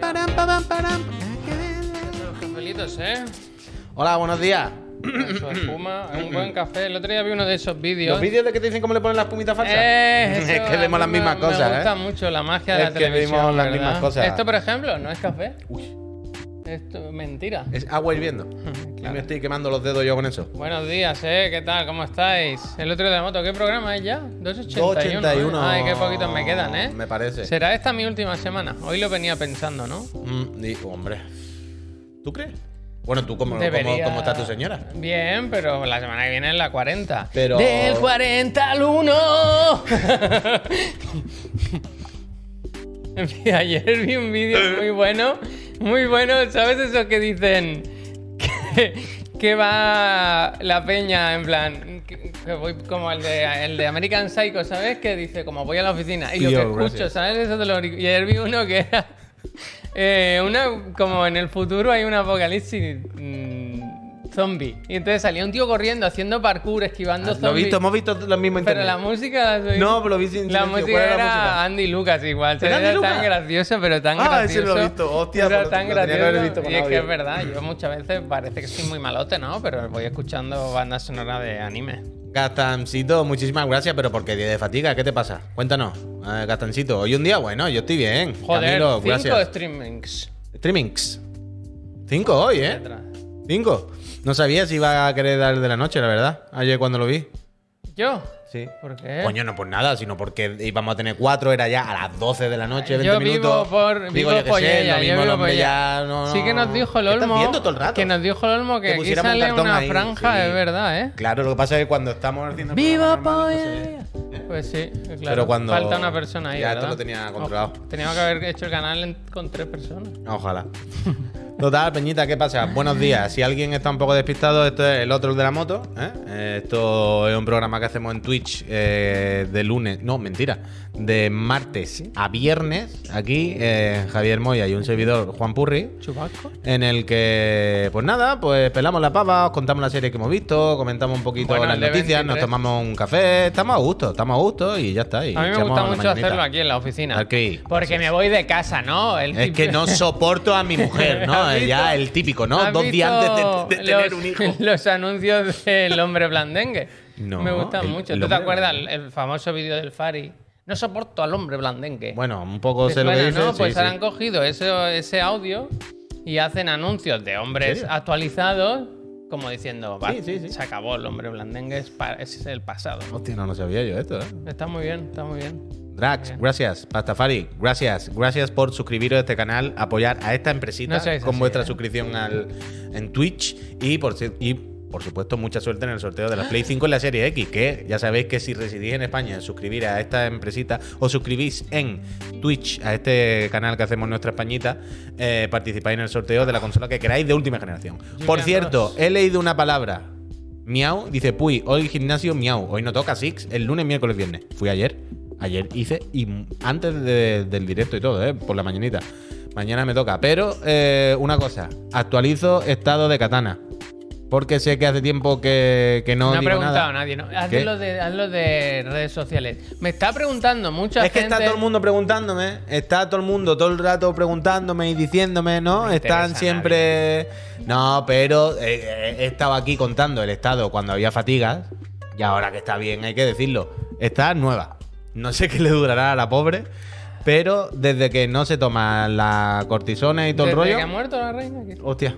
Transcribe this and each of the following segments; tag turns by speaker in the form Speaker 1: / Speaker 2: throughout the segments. Speaker 1: Param, param, param.
Speaker 2: Los cafelitos, ¿eh?
Speaker 1: Hola, buenos días.
Speaker 2: Su espuma, es un buen café. El otro día vi uno de esos vídeos.
Speaker 1: Los vídeos de que te dicen cómo le ponen las pumitas falsas.
Speaker 2: Eh, eso
Speaker 1: es que
Speaker 2: a
Speaker 1: vemos
Speaker 2: mí
Speaker 1: las
Speaker 2: me-
Speaker 1: mismas cosas,
Speaker 2: Me gusta
Speaker 1: ¿eh?
Speaker 2: mucho la magia de
Speaker 1: Es
Speaker 2: la
Speaker 1: que
Speaker 2: televisión.
Speaker 1: vimos las
Speaker 2: ¿verdad?
Speaker 1: mismas cosas.
Speaker 2: Esto, por ejemplo, no es café.
Speaker 1: Uy,
Speaker 2: Esto, mentira.
Speaker 1: es agua hirviendo. Y
Speaker 2: Claro.
Speaker 1: me estoy quemando los dedos yo con eso.
Speaker 2: Buenos días, ¿eh? ¿Qué tal? ¿Cómo estáis? El otro de la moto, ¿qué programa es ya? 281. ¿eh?
Speaker 1: 281.
Speaker 2: Ay, qué poquitos me quedan, ¿eh?
Speaker 1: Me parece.
Speaker 2: Será esta mi última semana. Hoy lo venía pensando, ¿no?
Speaker 1: Mm, y- hombre. ¿Tú crees? Bueno, tú, ¿cómo, cómo-
Speaker 2: Debería-
Speaker 1: cómo está tu señora?
Speaker 2: Bien, pero la semana que viene es la 40.
Speaker 1: Pero-
Speaker 2: Del 40 al 1. Ayer vi un vídeo muy bueno, muy bueno, ¿sabes eso que dicen? Que, que va la peña en plan, que, que voy como el de, el de American Psycho, ¿sabes? Que dice, como voy a la oficina y lo
Speaker 1: Tío,
Speaker 2: que escucho,
Speaker 1: gracias.
Speaker 2: ¿sabes? Eso de los auric- Y ayer vi uno que era. eh, una, como en el futuro hay un apocalipsis mm, zombie. Y entonces salía un tío corriendo, haciendo parkour, esquivando
Speaker 1: Ah, Lo he
Speaker 2: zombies.
Speaker 1: visto, hemos visto lo mismo en
Speaker 2: pero
Speaker 1: internet.
Speaker 2: la música. la-
Speaker 1: No, pero lo vi sin
Speaker 2: La
Speaker 1: silencio.
Speaker 2: música
Speaker 1: ¿Cuál
Speaker 2: era
Speaker 1: era la música?
Speaker 2: Andy Lucas igual.
Speaker 1: ¿Era
Speaker 2: Era,
Speaker 1: Andy Lucas?
Speaker 2: tan gracioso, pero tan
Speaker 1: Ah, ese
Speaker 2: gracioso.
Speaker 1: lo he visto. Hostia,
Speaker 2: Era
Speaker 1: pues lo- lo
Speaker 2: tan
Speaker 1: tenía que
Speaker 2: gracioso.
Speaker 1: haber visto con
Speaker 2: y es que
Speaker 1: audio.
Speaker 2: es verdad, yo muchas veces parece que soy muy malote, ¿no? Pero voy escuchando bandas sonoras de anime.
Speaker 1: Gastancito, muchísimas gracias, pero porque día de fatiga, ¿qué te pasa? Cuéntanos, eh, Gastancito. Hoy un día bueno, yo estoy bien.
Speaker 2: Joder,
Speaker 1: Camilo,
Speaker 2: cinco
Speaker 1: gracias.
Speaker 2: streamings.
Speaker 1: Streamings. Cinco hoy, ¿eh?
Speaker 2: detrás.
Speaker 1: Cinco. No sabía si iba a querer dar el de la noche, la verdad. Ayer cuando lo vi.
Speaker 2: ¿Yo?
Speaker 1: Sí.
Speaker 2: ¿Por qué?
Speaker 1: Coño, no por nada, sino porque íbamos a tener cuatro, era ya a las 12 de la noche, 20
Speaker 2: yo
Speaker 1: minutos.
Speaker 2: vivo por
Speaker 1: Digo,
Speaker 2: vivo
Speaker 1: yo que
Speaker 2: por
Speaker 1: sé,
Speaker 2: ella,
Speaker 1: lo mismo
Speaker 2: yo
Speaker 1: el
Speaker 2: vivo por
Speaker 1: hombre
Speaker 2: ella.
Speaker 1: ya no-
Speaker 2: Sí que nos dijo el
Speaker 1: ¿Qué estás
Speaker 2: Olmo
Speaker 1: viendo todo el rato?
Speaker 2: que nos dijo el Olmo que
Speaker 1: Que
Speaker 2: aquí
Speaker 1: pusiéramos un
Speaker 2: sale
Speaker 1: cartón
Speaker 2: una
Speaker 1: ahí,
Speaker 2: franja,
Speaker 1: sí.
Speaker 2: es verdad, ¿eh?
Speaker 1: Claro, lo que pasa es que cuando estamos haciendo. el
Speaker 2: Vivo
Speaker 1: programa
Speaker 2: por
Speaker 1: normal, entonces-
Speaker 2: ella. Pues sí, claro.
Speaker 1: Pero cuando-
Speaker 2: Falta una persona ahí,
Speaker 1: Ya,
Speaker 2: ¿verdad?
Speaker 1: esto lo tenía controlado.
Speaker 2: Ojo, teníamos que haber hecho el canal en- con tres personas.
Speaker 1: Ojalá. Total, Peñita, ¿qué pasa? Buenos días. Si alguien está un poco despistado, esto es el otro de la moto. ¿eh? Eh, Esto es un programa que hacemos en Twitch eh, de lunes, no, mentira, de martes a viernes. Aquí eh, Javier Moya y un servidor, Juan Purri.
Speaker 2: ¿Chubasco?
Speaker 1: En el que, pues nada, pues pelamos la pava, os contamos la serie que hemos visto, comentamos un poquito
Speaker 2: Bueno,
Speaker 1: las
Speaker 2: el de
Speaker 1: noticias, nos
Speaker 2: 23.
Speaker 1: tomamos un café, estamos a gusto, estamos a gusto y ya está. y
Speaker 2: A mí me
Speaker 1: echamos
Speaker 2: gusta
Speaker 1: la
Speaker 2: mucho
Speaker 1: mañanita.
Speaker 2: hacerlo aquí en la oficina.
Speaker 1: Aquí,
Speaker 2: Porque me voy de casa, ¿no? El
Speaker 1: Es que
Speaker 2: típico-
Speaker 1: no soporto a mi mujer, ¿no?
Speaker 2: ¿Has
Speaker 1: Es ya
Speaker 2: visto?
Speaker 1: el típico, ¿no?
Speaker 2: ¿Has
Speaker 1: Dos días
Speaker 2: visto
Speaker 1: antes de, de tener
Speaker 2: los-
Speaker 1: un hijo.
Speaker 2: Los anuncios del hombre blandengue.
Speaker 1: No,
Speaker 2: Me gustan
Speaker 1: el-
Speaker 2: mucho.
Speaker 1: el
Speaker 2: ¿Tú te
Speaker 1: hombre
Speaker 2: acuerdas el, el famoso vídeo del Fari? No soporto al hombre blandengue.
Speaker 1: Bueno, un poco
Speaker 2: ¿Te
Speaker 1: sé lo que
Speaker 2: suena,
Speaker 1: dices.
Speaker 2: ¿no?
Speaker 1: sí,
Speaker 2: Pues
Speaker 1: sí.
Speaker 2: ahora han cogido ese, ese audio y hacen anuncios de hombres
Speaker 1: serio?
Speaker 2: actualizados, como diciendo, va,
Speaker 1: Sí, sí, sí.
Speaker 2: se acabó el hombre blandengue, es, pa- es el pasado.
Speaker 1: Hostia, no, no sabía yo esto, ¿eh?
Speaker 2: Está muy bien, está muy bien.
Speaker 1: Drax, gracias. Pastafari, gracias. Gracias por suscribiros a este canal, apoyar a esta empresita
Speaker 2: No seáis
Speaker 1: con
Speaker 2: así,
Speaker 1: vuestra
Speaker 2: ¿eh?
Speaker 1: suscripción al, en Twitch y por, si- y por supuesto mucha suerte en el sorteo de la Play 5 en la serie X, que ya sabéis que si residís en España, suscribir a esta empresita o suscribís en Twitch a este canal que hacemos nuestra españita, eh, participáis en el sorteo de la consola que queráis de última generación. por
Speaker 2: Julian
Speaker 1: cierto,
Speaker 2: Ross.
Speaker 1: he leído una palabra. Miau, dice Puy, hoy gimnasio, miau. Hoy no toca Six, el lunes, miércoles, viernes. Fui ayer, ayer hice y m- antes de- del directo y todo, ¿eh? por la mañanita. Mañana me toca. Pero eh, una cosa, actualizo estado de katana. Porque sé que hace tiempo que, que no,
Speaker 2: No, ha
Speaker 1: digo
Speaker 2: preguntado
Speaker 1: nada.
Speaker 2: a nadie, ¿no?
Speaker 1: ¿Qué?
Speaker 2: Hazlo de, hazlo de redes sociales. Me está preguntando mucha
Speaker 1: Es que
Speaker 2: gente.
Speaker 1: está todo el mundo preguntándome, está todo el mundo todo el rato preguntándome y diciéndome, ¿no?
Speaker 2: No interesa
Speaker 1: Están siempre... No, pero eh, eh, he estado aquí contando el estado cuando había fatigas y ahora que está bien, hay que decirlo, está nueva. No sé qué le durará a la pobre, pero desde que no se toma la cortisona y todo
Speaker 2: Desde
Speaker 1: el rollo...
Speaker 2: que ha muerto la reina. que-
Speaker 1: Hostia.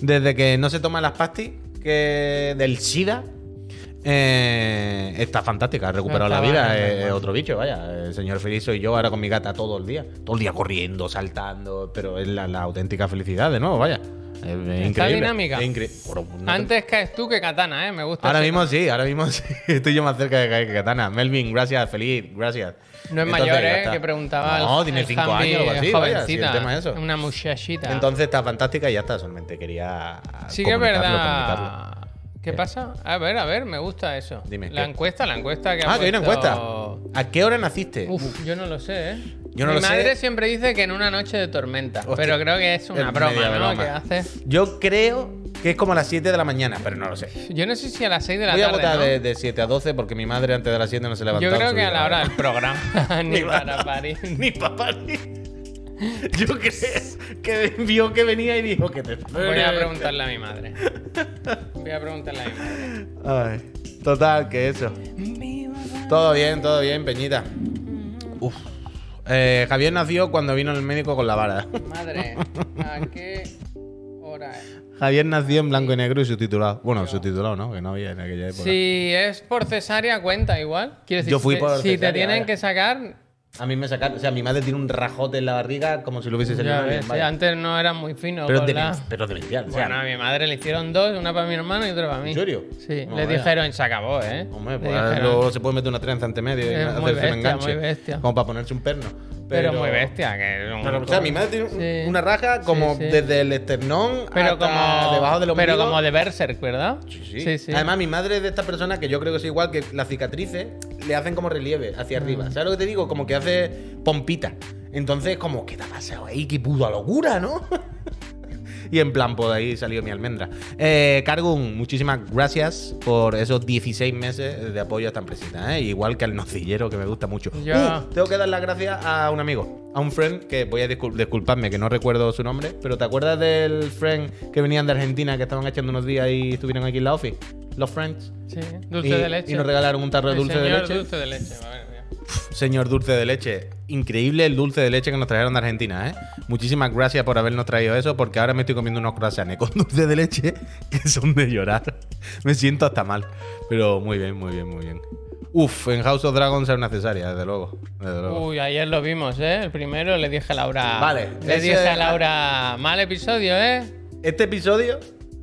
Speaker 1: Desde que no se toman las pastis que del SIDA, eh, está fantástica. Ha recuperado
Speaker 2: Está
Speaker 1: la vida.
Speaker 2: bárbaro,
Speaker 1: Es
Speaker 2: bárbaro.
Speaker 1: otro bicho, vaya. El señor feliz soy yo ahora con mi gata todo el día. Todo el día corriendo, saltando. Pero es la, la auténtica felicidad de nuevo, vaya. Es- Es, increíble.
Speaker 2: dinámica.
Speaker 1: Es incre- Bueno, no te-
Speaker 2: Antes caes tú que Katana, ¿eh? Me gusta.
Speaker 1: Ahora
Speaker 2: ese-
Speaker 1: mismo sí, ahora mismo sí. Estoy yo más cerca de Kai que Katana. Melvin, gracias, feliz, gracias.
Speaker 2: No es
Speaker 1: Entonces,
Speaker 2: mayor,
Speaker 1: ya
Speaker 2: ¿eh?
Speaker 1: está.
Speaker 2: Que preguntaba. el-
Speaker 1: No, tiene
Speaker 2: el
Speaker 1: 5
Speaker 2: Zambi,
Speaker 1: años o algo así. Vaya, si el
Speaker 2: Jovencita.
Speaker 1: tema es eso.
Speaker 2: Una muchachita.
Speaker 1: Entonces está fantástica y ya está. Solamente quería.
Speaker 2: Sí que es
Speaker 1: comunicarlo,
Speaker 2: verdad.
Speaker 1: comunicarlo. Eh.
Speaker 2: ¿Qué pasa? A ver, a ver, me gusta eso.
Speaker 1: Dime,
Speaker 2: La
Speaker 1: ¿qué?
Speaker 2: encuesta, la encuesta que ha
Speaker 1: Ah, que hay una encuesta.
Speaker 2: puesto-
Speaker 1: ¿A qué hora naciste?
Speaker 2: Uf, yo no lo sé, ¿eh?
Speaker 1: Yo no
Speaker 2: Mi
Speaker 1: lo sé.
Speaker 2: madre siempre dice que en una noche de tormenta,
Speaker 1: Hostia,
Speaker 2: pero creo que es una
Speaker 1: es
Speaker 2: broma,
Speaker 1: media
Speaker 2: ¿no?
Speaker 1: broma.
Speaker 2: Que hace.
Speaker 1: Yo creo que es como a las 7 de la mañana, pero no lo sé.
Speaker 2: Yo no sé si a las 6 de la
Speaker 1: Voy a
Speaker 2: tarde.
Speaker 1: votar eh,
Speaker 2: ¿no?
Speaker 1: de, de 7 a 12 porque mi madre antes de las 7 no se levantaba.
Speaker 2: Yo creo
Speaker 1: en su
Speaker 2: que a
Speaker 1: vida,
Speaker 2: la hora
Speaker 1: verdad.
Speaker 2: del programa, ni
Speaker 1: Mi madre.
Speaker 2: para París.
Speaker 1: Ni papá ni. Yo creo que vio que venía y dijo que te.
Speaker 2: Voy a preguntarle a mi madre. Voy a preguntarle a mi madre.
Speaker 1: Ay, total, que eso. Todo bien, todo bien, Peñita. Uf. Eh, Javier nació cuando vino el médico con la vara.
Speaker 2: Madre, ¿a qué hora es?
Speaker 1: Javier nació en blanco y negro y subtitulado. Bueno, subtitulado, ¿no? Que no había en aquella época.
Speaker 2: Si es por cesárea, cuenta igual. Quiero decir,
Speaker 1: Yo fui
Speaker 2: si-
Speaker 1: por
Speaker 2: si te
Speaker 1: cesárea,
Speaker 2: tienen
Speaker 1: eh.
Speaker 2: que sacar.
Speaker 1: A mí me sacaron. O sea, mi madre tiene un rajote en la barriga como si lo hubiese salido
Speaker 2: ya
Speaker 1: un alien,
Speaker 2: ves,
Speaker 1: vaya.
Speaker 2: Antes no eran muy finos.
Speaker 1: Pero,
Speaker 2: con
Speaker 1: de,
Speaker 2: la-
Speaker 1: pero demencial, o sea,
Speaker 2: Bueno, a mi madre le hicieron dos, una para mi hermano y otra para mí.
Speaker 1: ¿En serio?
Speaker 2: Sí,
Speaker 1: No,
Speaker 2: le
Speaker 1: vaya.
Speaker 2: dijeron, se acabó, ¿eh?
Speaker 1: Hombre,
Speaker 2: Le
Speaker 1: pues
Speaker 2: dijeron,
Speaker 1: luego se puede meter una trenza ante medio y
Speaker 2: Es
Speaker 1: hacerse
Speaker 2: muy
Speaker 1: un
Speaker 2: bestia,
Speaker 1: enganche.
Speaker 2: muy bestia.
Speaker 1: Como para ponerse un perno.
Speaker 2: pero muy bestia, que es un-
Speaker 1: Pero, o sea, mi madre tiene un-
Speaker 2: Sí.
Speaker 1: una raja como
Speaker 2: Sí, sí.
Speaker 1: desde el esternón
Speaker 2: Pero
Speaker 1: hasta
Speaker 2: como,
Speaker 1: debajo del ombligo.
Speaker 2: pero como de Berserk, ¿verdad?
Speaker 1: Sí. Además, mi madre es de estas personas que yo creo que es igual que las cicatrices le hacen como relieve hacia arriba. ¿Sabes lo que te digo? Como que hace pompita. Entonces, como, ¿qué te ha pasado ahí? ¡Qué puta locura, ¿no? y en plan, por ahí salió mi almendra. Eh, Cargun, muchísimas gracias por esos 16 meses de apoyo a esta empresita. ¿eh? Igual que al nocillero, que me gusta mucho.
Speaker 2: Ya.
Speaker 1: Uh, tengo que dar las gracias a un amigo, a un friend, que voy a discul- disculparme, que no recuerdo su nombre, pero ¿te acuerdas del friend que venían de Argentina, que estaban echando unos días y estuvieron aquí en la office? Los friends.
Speaker 2: Sí,
Speaker 1: y,
Speaker 2: dulce de leche.
Speaker 1: y nos regalaron un tarro de
Speaker 2: El
Speaker 1: dulce de
Speaker 2: señor
Speaker 1: leche.
Speaker 2: dulce de leche, madre mía.
Speaker 1: Señor dulce de leche. Increíble el dulce de leche que nos trajeron de Argentina, ¿eh? Muchísimas gracias por habernos traído eso, porque ahora me estoy comiendo unos croissants con dulce de leche que son de llorar. Me siento hasta mal. Pero muy bien, muy bien, muy bien. Uf, en House of Dragons es necesaria, desde luego. Desde luego.
Speaker 2: Uy, ayer lo vimos, ¿eh? El primero le dije a Laura.
Speaker 1: Vale,
Speaker 2: Le
Speaker 1: ese-
Speaker 2: dije a Laura, mal episodio, ¿eh?
Speaker 1: Este episodio,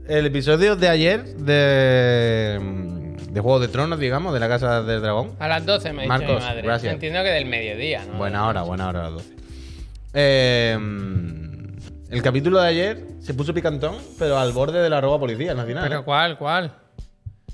Speaker 1: el episodio de ayer de, mm, de Juego de Tronos, digamos, de la Casa del Dragón.
Speaker 2: A las 12 me ha dicho mi
Speaker 1: Marcos,
Speaker 2: madre.
Speaker 1: gracias.
Speaker 2: Entiendo que del mediodía, ¿no?
Speaker 1: Buena hora, buena hora a las 12. Eh, el capítulo de ayer se puso picantón, pero al borde de la roba policía nacional.
Speaker 2: Pero
Speaker 1: ¿eh?
Speaker 2: ¿cuál, cuál?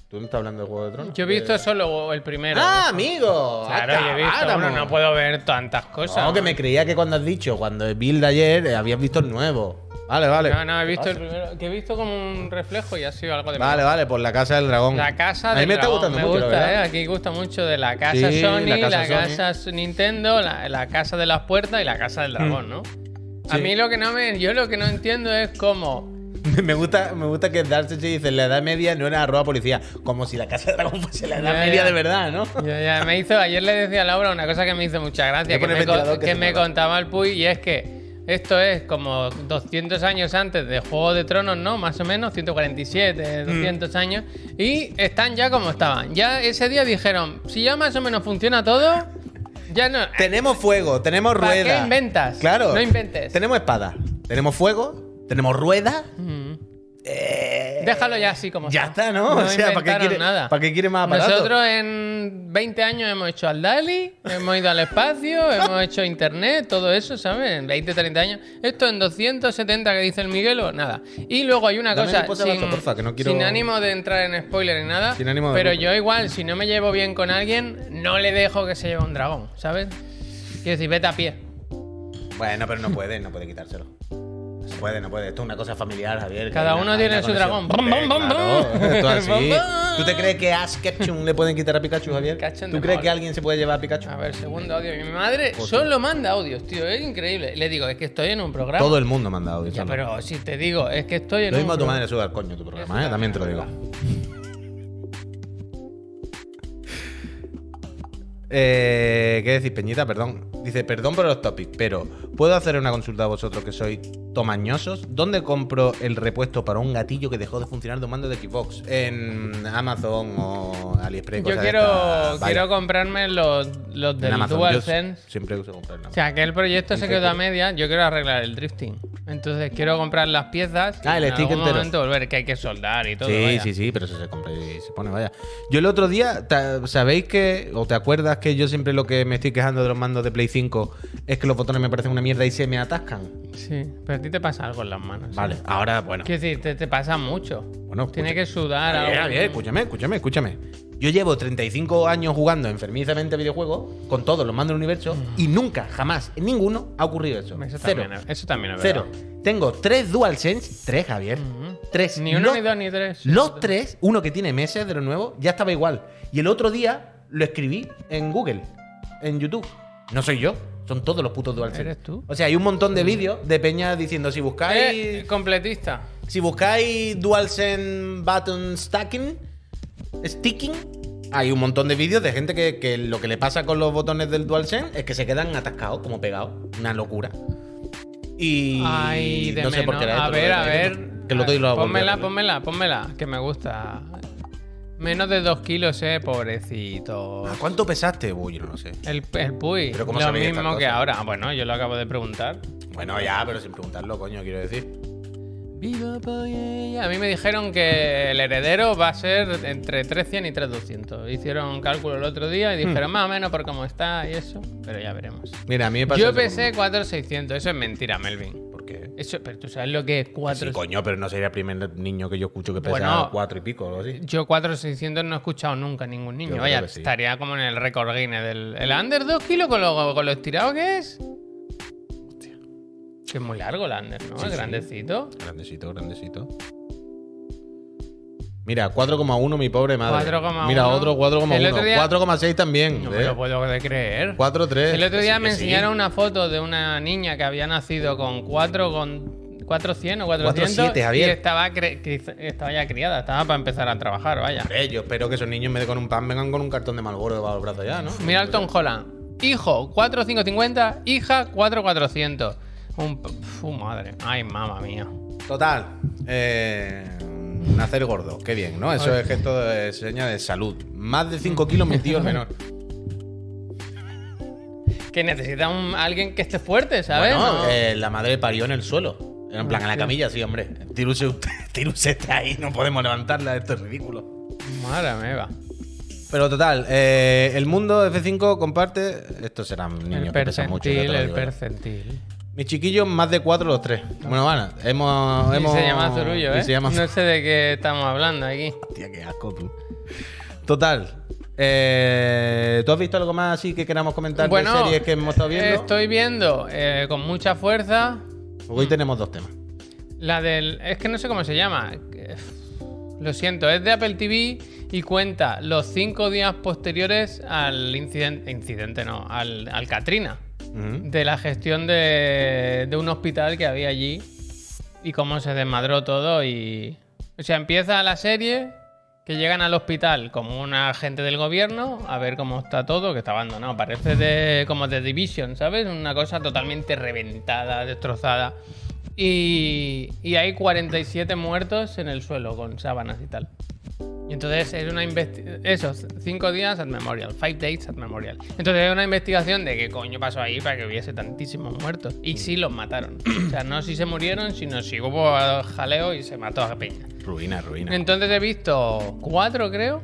Speaker 1: Tú no estás hablando de Juego de Tronos. Eh.
Speaker 2: Yo he visto solo el primero.
Speaker 1: ¡Ah, amigo!
Speaker 2: claro,
Speaker 1: Hasta
Speaker 2: yo he visto.
Speaker 1: ahora,
Speaker 2: bueno,
Speaker 1: mo-
Speaker 2: no puedo ver tantas cosas.
Speaker 1: No, que me creía que cuando has dicho, cuando vi el de ayer, eh, habías visto el nuevo. Vale, vale.
Speaker 2: No, no, he visto el primero. Que he visto como un reflejo y ha sido algo de
Speaker 1: Vale, vale, por la Casa del Dragón.
Speaker 2: La casa
Speaker 1: A mí
Speaker 2: del
Speaker 1: me está
Speaker 2: dragón,
Speaker 1: gustando
Speaker 2: me
Speaker 1: mucho, la
Speaker 2: gusta,
Speaker 1: verdad.
Speaker 2: ¿eh? Aquí gusta mucho de la casa
Speaker 1: Sí,
Speaker 2: Sony,
Speaker 1: la
Speaker 2: la
Speaker 1: casa
Speaker 2: casa,
Speaker 1: Sony.
Speaker 2: Nintendo, la, la casa de las puertas y la casa del dragón, ¿no? A
Speaker 1: Sí.
Speaker 2: mí lo que no me, yo lo que no entiendo es cómo.
Speaker 1: Me gusta, me gusta que Darcy dice la edad media no era arroba policía, como si la casa de dragón fuese la edad
Speaker 2: Ya,
Speaker 1: media
Speaker 2: ya.
Speaker 1: de verdad, ¿no?
Speaker 2: Ya, ya, me hizo, ayer le decía a Laura una cosa que me hizo mucha gracia,
Speaker 1: Voy a
Speaker 2: que
Speaker 1: poner
Speaker 2: me, co-
Speaker 1: ventilador que
Speaker 2: que
Speaker 1: se
Speaker 2: me
Speaker 1: mueva.
Speaker 2: contaba el Puy, y es que esto es como 200 años antes de Juego de Tronos, ¿no? Más o menos, 147,
Speaker 1: Mm.
Speaker 2: 200 años, y están ya como estaban. Ya ese día dijeron, si ya más o menos funciona todo, ya no,
Speaker 1: Tenemos fuego, tenemos
Speaker 2: ¿Para qué
Speaker 1: rueda.
Speaker 2: inventas?
Speaker 1: Claro.
Speaker 2: No inventes.
Speaker 1: Tenemos espada, tenemos fuego, tenemos rueda. eh,
Speaker 2: Déjalo ya así como
Speaker 1: Ya está, ¿no? O sea, ¿para qué
Speaker 2: inventaron
Speaker 1: quiere- para qué quiere más aparato?
Speaker 2: Nosotros en 20 años hemos hecho al Dali, hemos ido al espacio, hemos hecho internet, todo eso, ¿sabes? En 20, 30 años. Esto en 270 que dice el Miguelo, nada. Y luego hay una
Speaker 1: Dame mi
Speaker 2: cosa,
Speaker 1: posa de
Speaker 2: sin,
Speaker 1: vaso, porfa, que no quiero-
Speaker 2: sin ánimo de entrar en spoiler ni nada,
Speaker 1: Sin ánimo de
Speaker 2: pero
Speaker 1: lucro.
Speaker 2: yo igual, si no me llevo bien con alguien, no le dejo que se lleve un dragón, ¿sabes? Quiero decir, vete a pie.
Speaker 1: Bueno, pero no puede, no puede quitárselo. No puede, no puede. Esto es una cosa familiar, Javier. que
Speaker 2: Cada
Speaker 1: hay una-
Speaker 2: uno
Speaker 1: hay
Speaker 2: tiene
Speaker 1: una
Speaker 2: su
Speaker 1: conexión.
Speaker 2: dragón. Bum,
Speaker 1: Eh,
Speaker 2: bum, bum,
Speaker 1: claro,
Speaker 2: bum.
Speaker 1: esto es así.
Speaker 2: Bum, bum.
Speaker 1: ¿Tú te crees que a Ash Ketchum le pueden quitar a Pikachu, Javier?
Speaker 2: Ketchum
Speaker 1: ¿Tú
Speaker 2: de
Speaker 1: crees
Speaker 2: mol.
Speaker 1: que alguien se puede llevar a Pikachu?
Speaker 2: A ver, segundo audio. Mi madre solo manda audios, tío. Es increíble. Le digo, es que estoy en un programa.
Speaker 1: Todo el mundo me ha mandado.
Speaker 2: Ya,
Speaker 1: diciendo.
Speaker 2: pero si te digo, es que estoy en
Speaker 1: Lo
Speaker 2: un
Speaker 1: mismo a tu
Speaker 2: programa.
Speaker 1: madre le sube al coño tu programa, ¿eh? También te lo digo. Eh, ¿Qué decís, Peñita? Perdón. Dice, perdón por los topics, pero ¿puedo hacer una consulta a vosotros que sois tomañosos? ¿Dónde compro el repuesto para un gatillo que dejó de funcionar de un mando de Xbox? ¿En Amazon o AliExpress?
Speaker 2: Yo
Speaker 1: cosas de
Speaker 2: quiero,
Speaker 1: estas? Vaya,
Speaker 2: quiero comprarme los, los
Speaker 1: en
Speaker 2: del
Speaker 1: Amazon. Yo
Speaker 2: DualSense.
Speaker 1: siempre uso comprar en
Speaker 2: O
Speaker 1: Amazon.
Speaker 2: sea, que el proyecto se quedó a media. Yo quiero arreglar el drifting. Entonces quiero comprar las piezas.
Speaker 1: Ah, el
Speaker 2: y en
Speaker 1: stick
Speaker 2: algún
Speaker 1: entero.
Speaker 2: momento volver, que hay que soldar y todo.
Speaker 1: Sí,
Speaker 2: vaya.
Speaker 1: sí, sí, pero eso se compra y se pone, vaya. Yo el otro día, ta- ¿sabéis que, o te acuerdas que yo siempre lo que me estoy quejando de los mandos de Play 5 es que los botones me parecen una mierda y se me atascan?
Speaker 2: Sí, pero a ti te pasa algo en las manos. ¿eh?
Speaker 1: Vale, ahora, bueno.
Speaker 2: Quiero decir, te, te pasa mucho.
Speaker 1: Bueno,
Speaker 2: Tiene
Speaker 1: escucha-
Speaker 2: que sudar.
Speaker 1: Javier,
Speaker 2: algo.
Speaker 1: Javier, escúchame, escúchame, escúchame. Yo llevo 35 años jugando enfermizamente videojuegos con todos los mandos del universo y nunca, jamás, en ninguno ha ocurrido eso.
Speaker 2: Eso
Speaker 1: Cero.
Speaker 2: también, es- eso también es
Speaker 1: Cero.
Speaker 2: verdad.
Speaker 1: Tengo tres DualSense, tres, Javier. Tres.
Speaker 2: Ni uno,
Speaker 1: Los-
Speaker 2: ni dos, ni tres.
Speaker 1: Los tres, uno que tiene meses de lo nuevo, ya estaba igual. Y el otro día lo escribí en Google, en YouTube. No soy yo, Son todos los putos dual
Speaker 2: ¿Eres tú?
Speaker 1: O sea, hay un montón de vídeos de peña diciendo si buscáis.
Speaker 2: Eh, completista.
Speaker 1: Si buscáis DualSense Button Stacking, Sticking, hay un montón de vídeos de gente que, que lo que le pasa con los botones del DualSense es que se quedan atascados, como pegados. Una locura. Y.
Speaker 2: Ay, de
Speaker 1: no sé por qué
Speaker 2: menos.
Speaker 1: era
Speaker 2: A
Speaker 1: esto,
Speaker 2: ver,
Speaker 1: lo
Speaker 2: a
Speaker 1: voy
Speaker 2: ver.
Speaker 1: Que lo doy y lo hago.
Speaker 2: Pónmela, pónmela, pónmela, que me gusta. Menos de dos kilos, eh, pobrecito.
Speaker 1: ¿A cuánto pesaste? Uy, yo no lo sé.
Speaker 2: El, el Puy,
Speaker 1: Pero ¿cómo
Speaker 2: lo
Speaker 1: sabéis estas
Speaker 2: mismo que
Speaker 1: cosas?
Speaker 2: ahora. Ah, Bueno, yo lo acabo de preguntar.
Speaker 1: Bueno, ya, pero sin preguntarlo, coño, quiero decir.
Speaker 2: Viva Puy. A mí me dijeron que el heredero va a ser entre 300 y 3200. Hicieron cálculo el otro día
Speaker 1: Hmm.
Speaker 2: y dijeron más o menos por cómo está y eso, pero ya veremos.
Speaker 1: Mira, a mí me pasó.
Speaker 2: Yo
Speaker 1: eso con-
Speaker 2: pesé 4600, eso es mentira, Melvin.
Speaker 1: ¿Por qué?
Speaker 2: Eso, pero tú sabes lo que es
Speaker 1: Sí,
Speaker 2: 4.
Speaker 1: coño, pero no sería el primer niño que yo escucho que pesa
Speaker 2: Bueno.
Speaker 1: cuatro y pico o algo así.
Speaker 2: Yo 4600 no he escuchado nunca a ningún niño.
Speaker 1: Yo creo
Speaker 2: Vaya,
Speaker 1: que sí.
Speaker 2: estaría como en el récord Guinness del el under 2 kilos con lo, con lo estirado que es. Que es muy largo el under, ¿no?
Speaker 1: Sí,
Speaker 2: es
Speaker 1: sí.
Speaker 2: grandecito.
Speaker 1: Grandecito, grandecito. Mira, 4,1 mi pobre madre.
Speaker 2: 4,1.
Speaker 1: Mira, otro 4,1.
Speaker 2: El otro día-
Speaker 1: 4,6 también.
Speaker 2: No
Speaker 1: ¿eh?
Speaker 2: me lo puedo de creer.
Speaker 1: 4,3.
Speaker 2: El otro
Speaker 1: Que
Speaker 2: día
Speaker 1: sí,
Speaker 2: me
Speaker 1: que sí.
Speaker 2: enseñaron una foto de una niña que había nacido con 4 con 400 o 400
Speaker 1: 4,7, Javier.
Speaker 2: y estaba, cre- cri- estaba ya criada, estaba para empezar a trabajar, vaya.
Speaker 1: Hombre, yo espero que esos niños en vez de con un pan vengan con un cartón de malboro debajo del brazo ya, ¿no?
Speaker 2: Mira el Tom Holland. Hijo, 4550. Hija, 4400. Un... Fu, madre. Ay, mamá mía.
Speaker 1: Total. Eh, nacer gordo. Qué bien, ¿no? Eso
Speaker 2: Ay.
Speaker 1: es gesto de seña de salud. Más de 5 kilos mi tío el menor.
Speaker 2: Que necesita un, alguien que esté fuerte, ¿sabes?
Speaker 1: Bueno,
Speaker 2: No.
Speaker 1: eh, la madre parió en el suelo. En plan, en la camilla, sí, hombre. Tiruse usted, tíruse usted ahí, no podemos levantarla, esto es ridículo.
Speaker 2: Madre me va.
Speaker 1: Pero total, eh, el mundo F5 comparte. Estos serán niños
Speaker 2: El
Speaker 1: que pesan mucho. ya te
Speaker 2: percentil,
Speaker 1: lo
Speaker 2: el
Speaker 1: digo yo.
Speaker 2: percentil.
Speaker 1: Mis chiquillos, más de cuatro los tres. Bueno, Ana, hemos.
Speaker 2: Y
Speaker 1: hemos
Speaker 2: se llama Zurullo,
Speaker 1: y
Speaker 2: ¿eh?
Speaker 1: Se llama
Speaker 2: No sé de qué estamos hablando aquí.
Speaker 1: Hostia, qué asco, tú. Total. eh, ¿Tú has visto algo más así que queramos comentar de series que hemos estado viendo?
Speaker 2: Estoy viendo eh, con mucha fuerza
Speaker 1: Hoy tenemos dos temas.
Speaker 2: la del. Es que no sé cómo se llama. Eh, Lo siento, es de Apple TV y cuenta los cinco días posteriores al incidente. Incidente no, al, al Katrina.
Speaker 1: Ujú.
Speaker 2: De la gestión de, de un hospital que había allí y cómo se desmadró todo. Y. O sea, empieza la serie que llegan al hospital como un agente del gobierno a ver cómo está todo, que está abandonado. Parece de, como de Division, ¿sabes? Una cosa totalmente reventada, destrozada. Y, y hay 47 muertos en el suelo con sábanas y tal. Y entonces es una investigación. Esos cinco días at memorial, five days at memorial. Entonces es una investigación de qué coño pasó ahí para que hubiese tantísimos muertos. Y sí los mataron. o sea, no si se murieron, sino si hubo jaleo y se mató a Peña.
Speaker 1: Ruina, ruina.
Speaker 2: Entonces he visto cuatro, creo.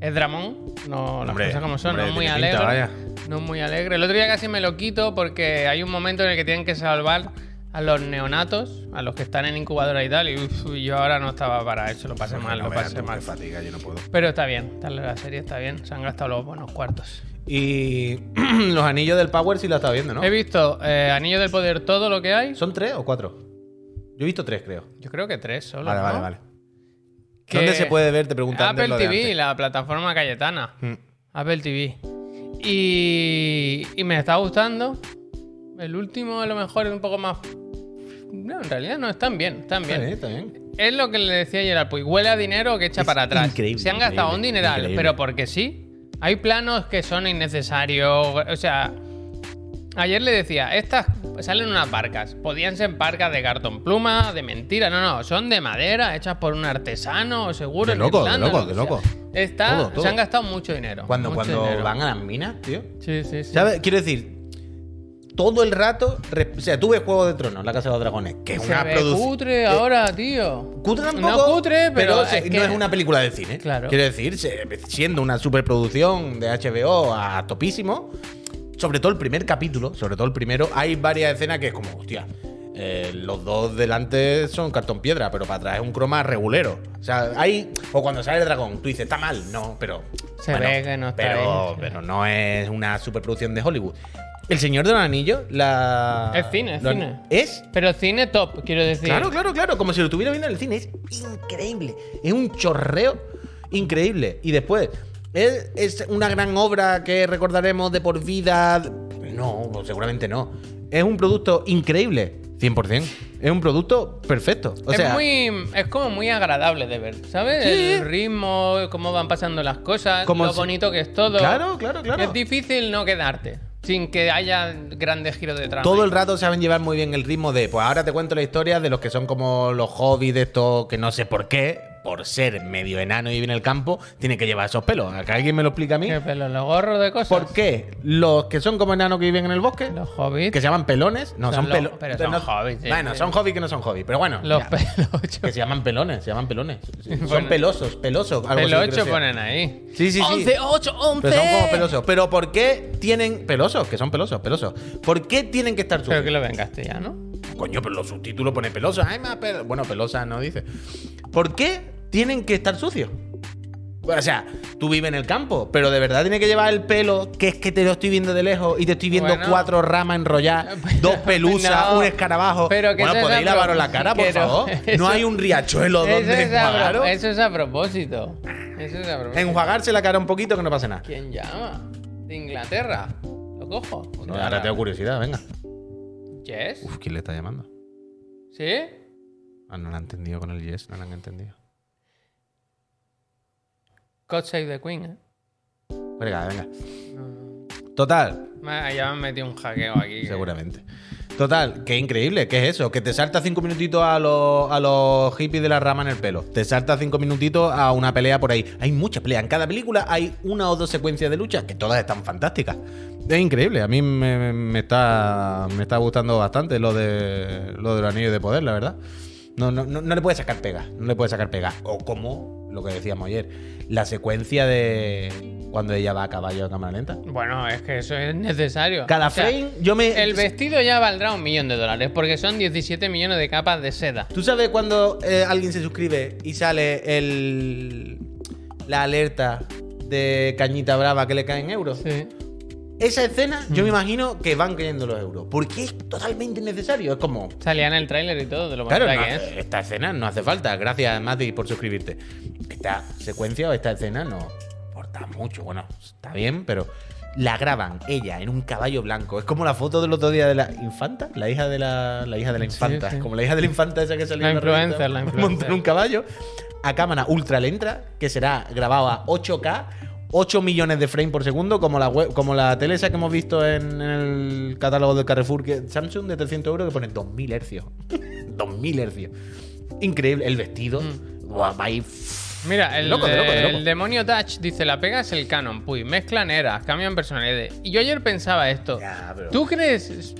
Speaker 2: Es Dramón. No, las
Speaker 1: Hombre,
Speaker 2: cosas como son.
Speaker 1: hombre,
Speaker 2: no es muy
Speaker 1: tiene pinta,
Speaker 2: alegre.
Speaker 1: vaya.
Speaker 2: No es muy alegre. El otro día casi me lo quito porque hay un momento en el que tienen que salvar a los neonatos, a los que están en incubadora y tal. Y uf, yo ahora no estaba para eso. Lo pasé
Speaker 1: Pues
Speaker 2: mal,
Speaker 1: No
Speaker 2: lo
Speaker 1: veas
Speaker 2: pasé
Speaker 1: tú,
Speaker 2: mal.
Speaker 1: qué fatiga, yo no puedo.
Speaker 2: Pero está bien, está la serie está bien. Se han gastado los buenos cuartos.
Speaker 1: Y los anillos del Power sí lo estás viendo, ¿no?
Speaker 2: He visto eh, Anillo del Poder todo lo que hay.
Speaker 1: ¿Son tres o cuatro? Yo he visto tres, creo.
Speaker 2: Yo creo que tres solo.
Speaker 1: Vale,
Speaker 2: ¿no?
Speaker 1: vale, vale.
Speaker 2: Que-
Speaker 1: ¿Dónde se puede ver? Te preguntan.
Speaker 2: Apple TV, la plataforma Cayetana.
Speaker 1: Mm.
Speaker 2: Apple TV. Y, y me está gustando. El último a lo mejor es un poco más... No, en realidad no, están bien, están
Speaker 1: Está bien,
Speaker 2: bien.
Speaker 1: está bien.
Speaker 2: Es lo que le decía ayer al Puy. Huele a dinero que echa
Speaker 1: Es
Speaker 2: para atrás.
Speaker 1: increíble,
Speaker 2: Se han gastado un
Speaker 1: increíble,
Speaker 2: dineral,
Speaker 1: increíble.
Speaker 2: pero porque sí. Hay planos que son innecesarios. O sea, ayer le decía, estas salen unas barcas. Podían ser barcas de cartón pluma, de mentira. No, no, son de madera, hechas por un artesano, seguro.
Speaker 1: De
Speaker 2: en
Speaker 1: loco, de
Speaker 2: Irlanda,
Speaker 1: loco,
Speaker 2: lo que
Speaker 1: de loco.
Speaker 2: sea. Está,
Speaker 1: Todo, todo.
Speaker 2: Se han gastado mucho dinero.
Speaker 1: Cuando,
Speaker 2: mucho
Speaker 1: cuando
Speaker 2: dinero.
Speaker 1: van a las minas, tío.
Speaker 2: Sí, sí, sí.
Speaker 1: ¿Sabes? Quiero decir, todo el rato. res- O sea, tuve Juego de Tronos, La Casa de los Dragones, que es
Speaker 2: Se
Speaker 1: una
Speaker 2: ve
Speaker 1: producción.
Speaker 2: cutre ahora, tío.
Speaker 1: Cutre tampoco.
Speaker 2: No cutre, pero,
Speaker 1: se-
Speaker 2: es
Speaker 1: no
Speaker 2: que-
Speaker 1: es una película de cine.
Speaker 2: Claro.
Speaker 1: Quiero decir, se- siendo una superproducción de HBO a topísimo, sobre todo el primer capítulo, sobre todo el primero, hay varias escenas que es como, hostia, eh, los dos delante son cartón piedra, pero para atrás es un croma regulero. O sea, hay. O cuando sale el dragón, tú dices, está mal. No, pero.
Speaker 2: Se ve que no está
Speaker 1: pero,
Speaker 2: bien, sí.
Speaker 1: pero no es una superproducción de Hollywood. El Señor de los Anillos, la.
Speaker 2: Es cine, es
Speaker 1: los-
Speaker 2: cine.
Speaker 1: Es
Speaker 2: Pero cine top, quiero decir.
Speaker 1: Claro, claro, claro. Como si lo estuviera viendo en el cine. Es increíble. Es un chorreo increíble. Y después, es, es una gran obra que recordaremos de por vida. No, pues seguramente no. Es un producto increíble, 100%. Es un producto perfecto. O sea,
Speaker 2: es, muy, es como muy agradable de ver, ¿sabes?
Speaker 1: Sí.
Speaker 2: El ritmo, cómo van pasando las cosas,
Speaker 1: Como
Speaker 2: lo
Speaker 1: si-
Speaker 2: bonito que es todo.
Speaker 1: Claro, claro, claro.
Speaker 2: Es difícil no quedarte sin que haya grandes giros de trama.
Speaker 1: todo el rato saben llevar muy bien el ritmo de, pues ahora te cuento la historia de los que son como los hobbies de esto, que no sé por qué, por ser medio enano y vivir en el campo, tienen que llevar esos pelos. ¿A que alguien me lo explica a mí?
Speaker 2: ¿Qué pelo? ¿Los gorros de cosas?
Speaker 1: ¿Por qué los que son como enanos que viven en el bosque,
Speaker 2: Los hobbits.
Speaker 1: que se llaman pelones, no,
Speaker 2: Son
Speaker 1: son,
Speaker 2: los-
Speaker 1: pelones.
Speaker 2: pero son hobbies, sí,
Speaker 1: Bueno,
Speaker 2: sí.
Speaker 1: son hobbies que no son hobbies, pero bueno.
Speaker 2: Los
Speaker 1: ya.
Speaker 2: pelochos.
Speaker 1: Que se llaman pelones, se llaman pelones. Son
Speaker 2: Bueno.
Speaker 1: pelosos, pelosos. algo así creo que
Speaker 2: Pelocho
Speaker 1: sea.
Speaker 2: ponen ahí.
Speaker 1: Sí, sí, sí.
Speaker 2: 11, 8, 11.
Speaker 1: Pero son como pelosos. Pero ¿por qué tienen pelosos? Que son pelosos, pelosos. ¿Por qué tienen que estar
Speaker 2: Creo que
Speaker 1: sucios?
Speaker 2: lo ve en castellano.
Speaker 1: Coño, pero los subtítulos pone pelosos. Ay, más pel- Bueno, pelosa no dice. ¿Por qué tienen que estar sucios? O sea, tú vives en el campo, pero de verdad tienes que llevar el pelo, que es que te lo estoy viendo de lejos y te estoy viendo
Speaker 2: Bueno.
Speaker 1: cuatro ramas enrolladas, dos pelusas,
Speaker 2: No.
Speaker 1: un escarabajo.
Speaker 2: Pero que
Speaker 1: bueno,
Speaker 2: eso es
Speaker 1: podéis
Speaker 2: a
Speaker 1: lavaros la
Speaker 2: propósito.
Speaker 1: cara, por
Speaker 2: Pero
Speaker 1: favor.
Speaker 2: eso-
Speaker 1: no hay un riachuelo
Speaker 2: Eso
Speaker 1: donde
Speaker 2: es, a pro-
Speaker 1: enjuagaros.
Speaker 2: eso es a propósito. Eso es a propósito.
Speaker 1: Enjuagarse la cara un poquito que no pasa nada.
Speaker 2: ¿Quién llama? ¿De Inglaterra? ¿Lo cojo?
Speaker 1: No, Pues ahora tengo curiosidad, venga.
Speaker 2: ¿Yes?
Speaker 1: Uf, ¿quién le está llamando?
Speaker 2: ¿Sí?
Speaker 1: Ah, no la han entendido con el yes, no la han entendido.
Speaker 2: God Save the Queen, ¿eh?
Speaker 1: Venga, venga. Total,
Speaker 2: Me- Ya me han metido un hackeo aquí. que-
Speaker 1: seguramente. Total, qué increíble, ¿qué es eso? Que te salta cinco minutitos a los, a los hippies de la rama en el pelo. Te salta cinco minutitos a una pelea por ahí. Hay muchas peleas. En cada película hay una o dos secuencias de lucha que todas están fantásticas. Es increíble. A mí me, me- me está, me está gustando bastante lo de lo del anillo de poder, la verdad. No, no, no, no le puede sacar pega. No le puede sacar pega. O como lo que decíamos ayer, la secuencia de cuando ella va a caballo a cámara lenta.
Speaker 2: Bueno, es que eso es necesario.
Speaker 1: Cada
Speaker 2: O sea,
Speaker 1: frame, yo me.
Speaker 2: El vestido ya valdrá un millón de dólares porque son 17 millones de capas de seda.
Speaker 1: ¿Tú sabes cuando eh, alguien se suscribe y sale el la alerta de cañita brava que le caen euros?
Speaker 2: Sí. Mm.
Speaker 1: Esa escena, yo me imagino que van cayendo los euros. Porque es totalmente innecesario. Es como.
Speaker 2: Salía en el tráiler y todo, de lo ¿eh?
Speaker 1: Claro,
Speaker 2: bonita
Speaker 1: no
Speaker 2: que es.
Speaker 1: hace- esta escena no hace falta. Gracias, Mati, por suscribirte. Esta secuencia o esta escena no importa mucho. Bueno, está bien, pero la graban ella en un caballo blanco. Es como la foto del otro día de la infanta, la hija de la, la hija de la infanta.
Speaker 2: sí.
Speaker 1: Como la hija de la infanta esa que salió
Speaker 2: La
Speaker 1: en revista,
Speaker 2: influencer, la influencer.
Speaker 1: montada en un caballo a cámara ultra lenta, que será grabado a 8K. 8 millones de frames por segundo, como la, web, como la tele esa que hemos visto en, en el catálogo del Carrefour que Samsung de 300 euros que pone 2000 hercios. 2000 hercios. Increíble. El vestido.
Speaker 2: Mm.
Speaker 1: Guau, va ahí, pff,
Speaker 2: Mira, el,
Speaker 1: Loco, de loco, de loco.
Speaker 2: el demonio Touch dice: La pega es el canon, puy, mezclan eras, cambian personalidades. Y yo ayer pensaba esto.
Speaker 1: Ya, pero-
Speaker 2: ¿Tú crees.? Es,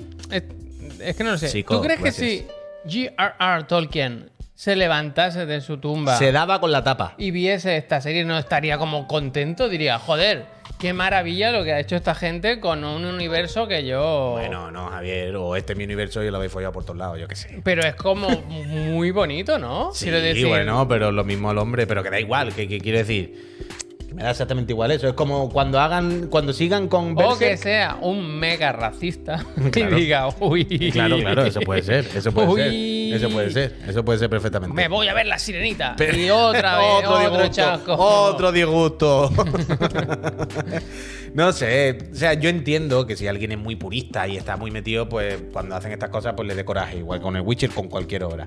Speaker 2: es que no lo sé.
Speaker 1: Chico,
Speaker 2: ¿Tú crees
Speaker 1: gracias.
Speaker 2: que si G.R.R. Tolkien se levantase de su tumba
Speaker 1: Se daba con la tapa.
Speaker 2: y viese esta serie, no estaría como contento? Diría: Joder, qué maravilla lo que ha hecho esta gente con un universo que yo.
Speaker 1: Bueno, no, Javier. O este es mi universo y lo habéis follado por todos lados, yo qué sé.
Speaker 2: Pero es como muy bonito, ¿no?
Speaker 1: Sí,
Speaker 2: Quiero decir,
Speaker 1: bueno, pero lo mismo al hombre, pero que da igual, que, que quiero decir. que Me da exactamente igual eso. Es como cuando hagan, cuando sigan con
Speaker 2: O que
Speaker 1: Berserk-
Speaker 2: sea un mega racista
Speaker 1: Claro.
Speaker 2: y diga, uy.
Speaker 1: Claro, claro, eso puede ser, eso puede
Speaker 2: Uy.
Speaker 1: ser, eso puede ser, eso puede ser perfectamente.
Speaker 2: Me voy a ver la sirenita.
Speaker 1: Pero-
Speaker 2: Y otra vez, otro,
Speaker 1: disgusto,
Speaker 2: chasco.
Speaker 1: Otro disgusto. no sé, o sea, yo entiendo que si alguien es muy purista y está muy metido, pues cuando hacen estas cosas, pues le dé coraje, igual con el Witcher, con cualquier obra.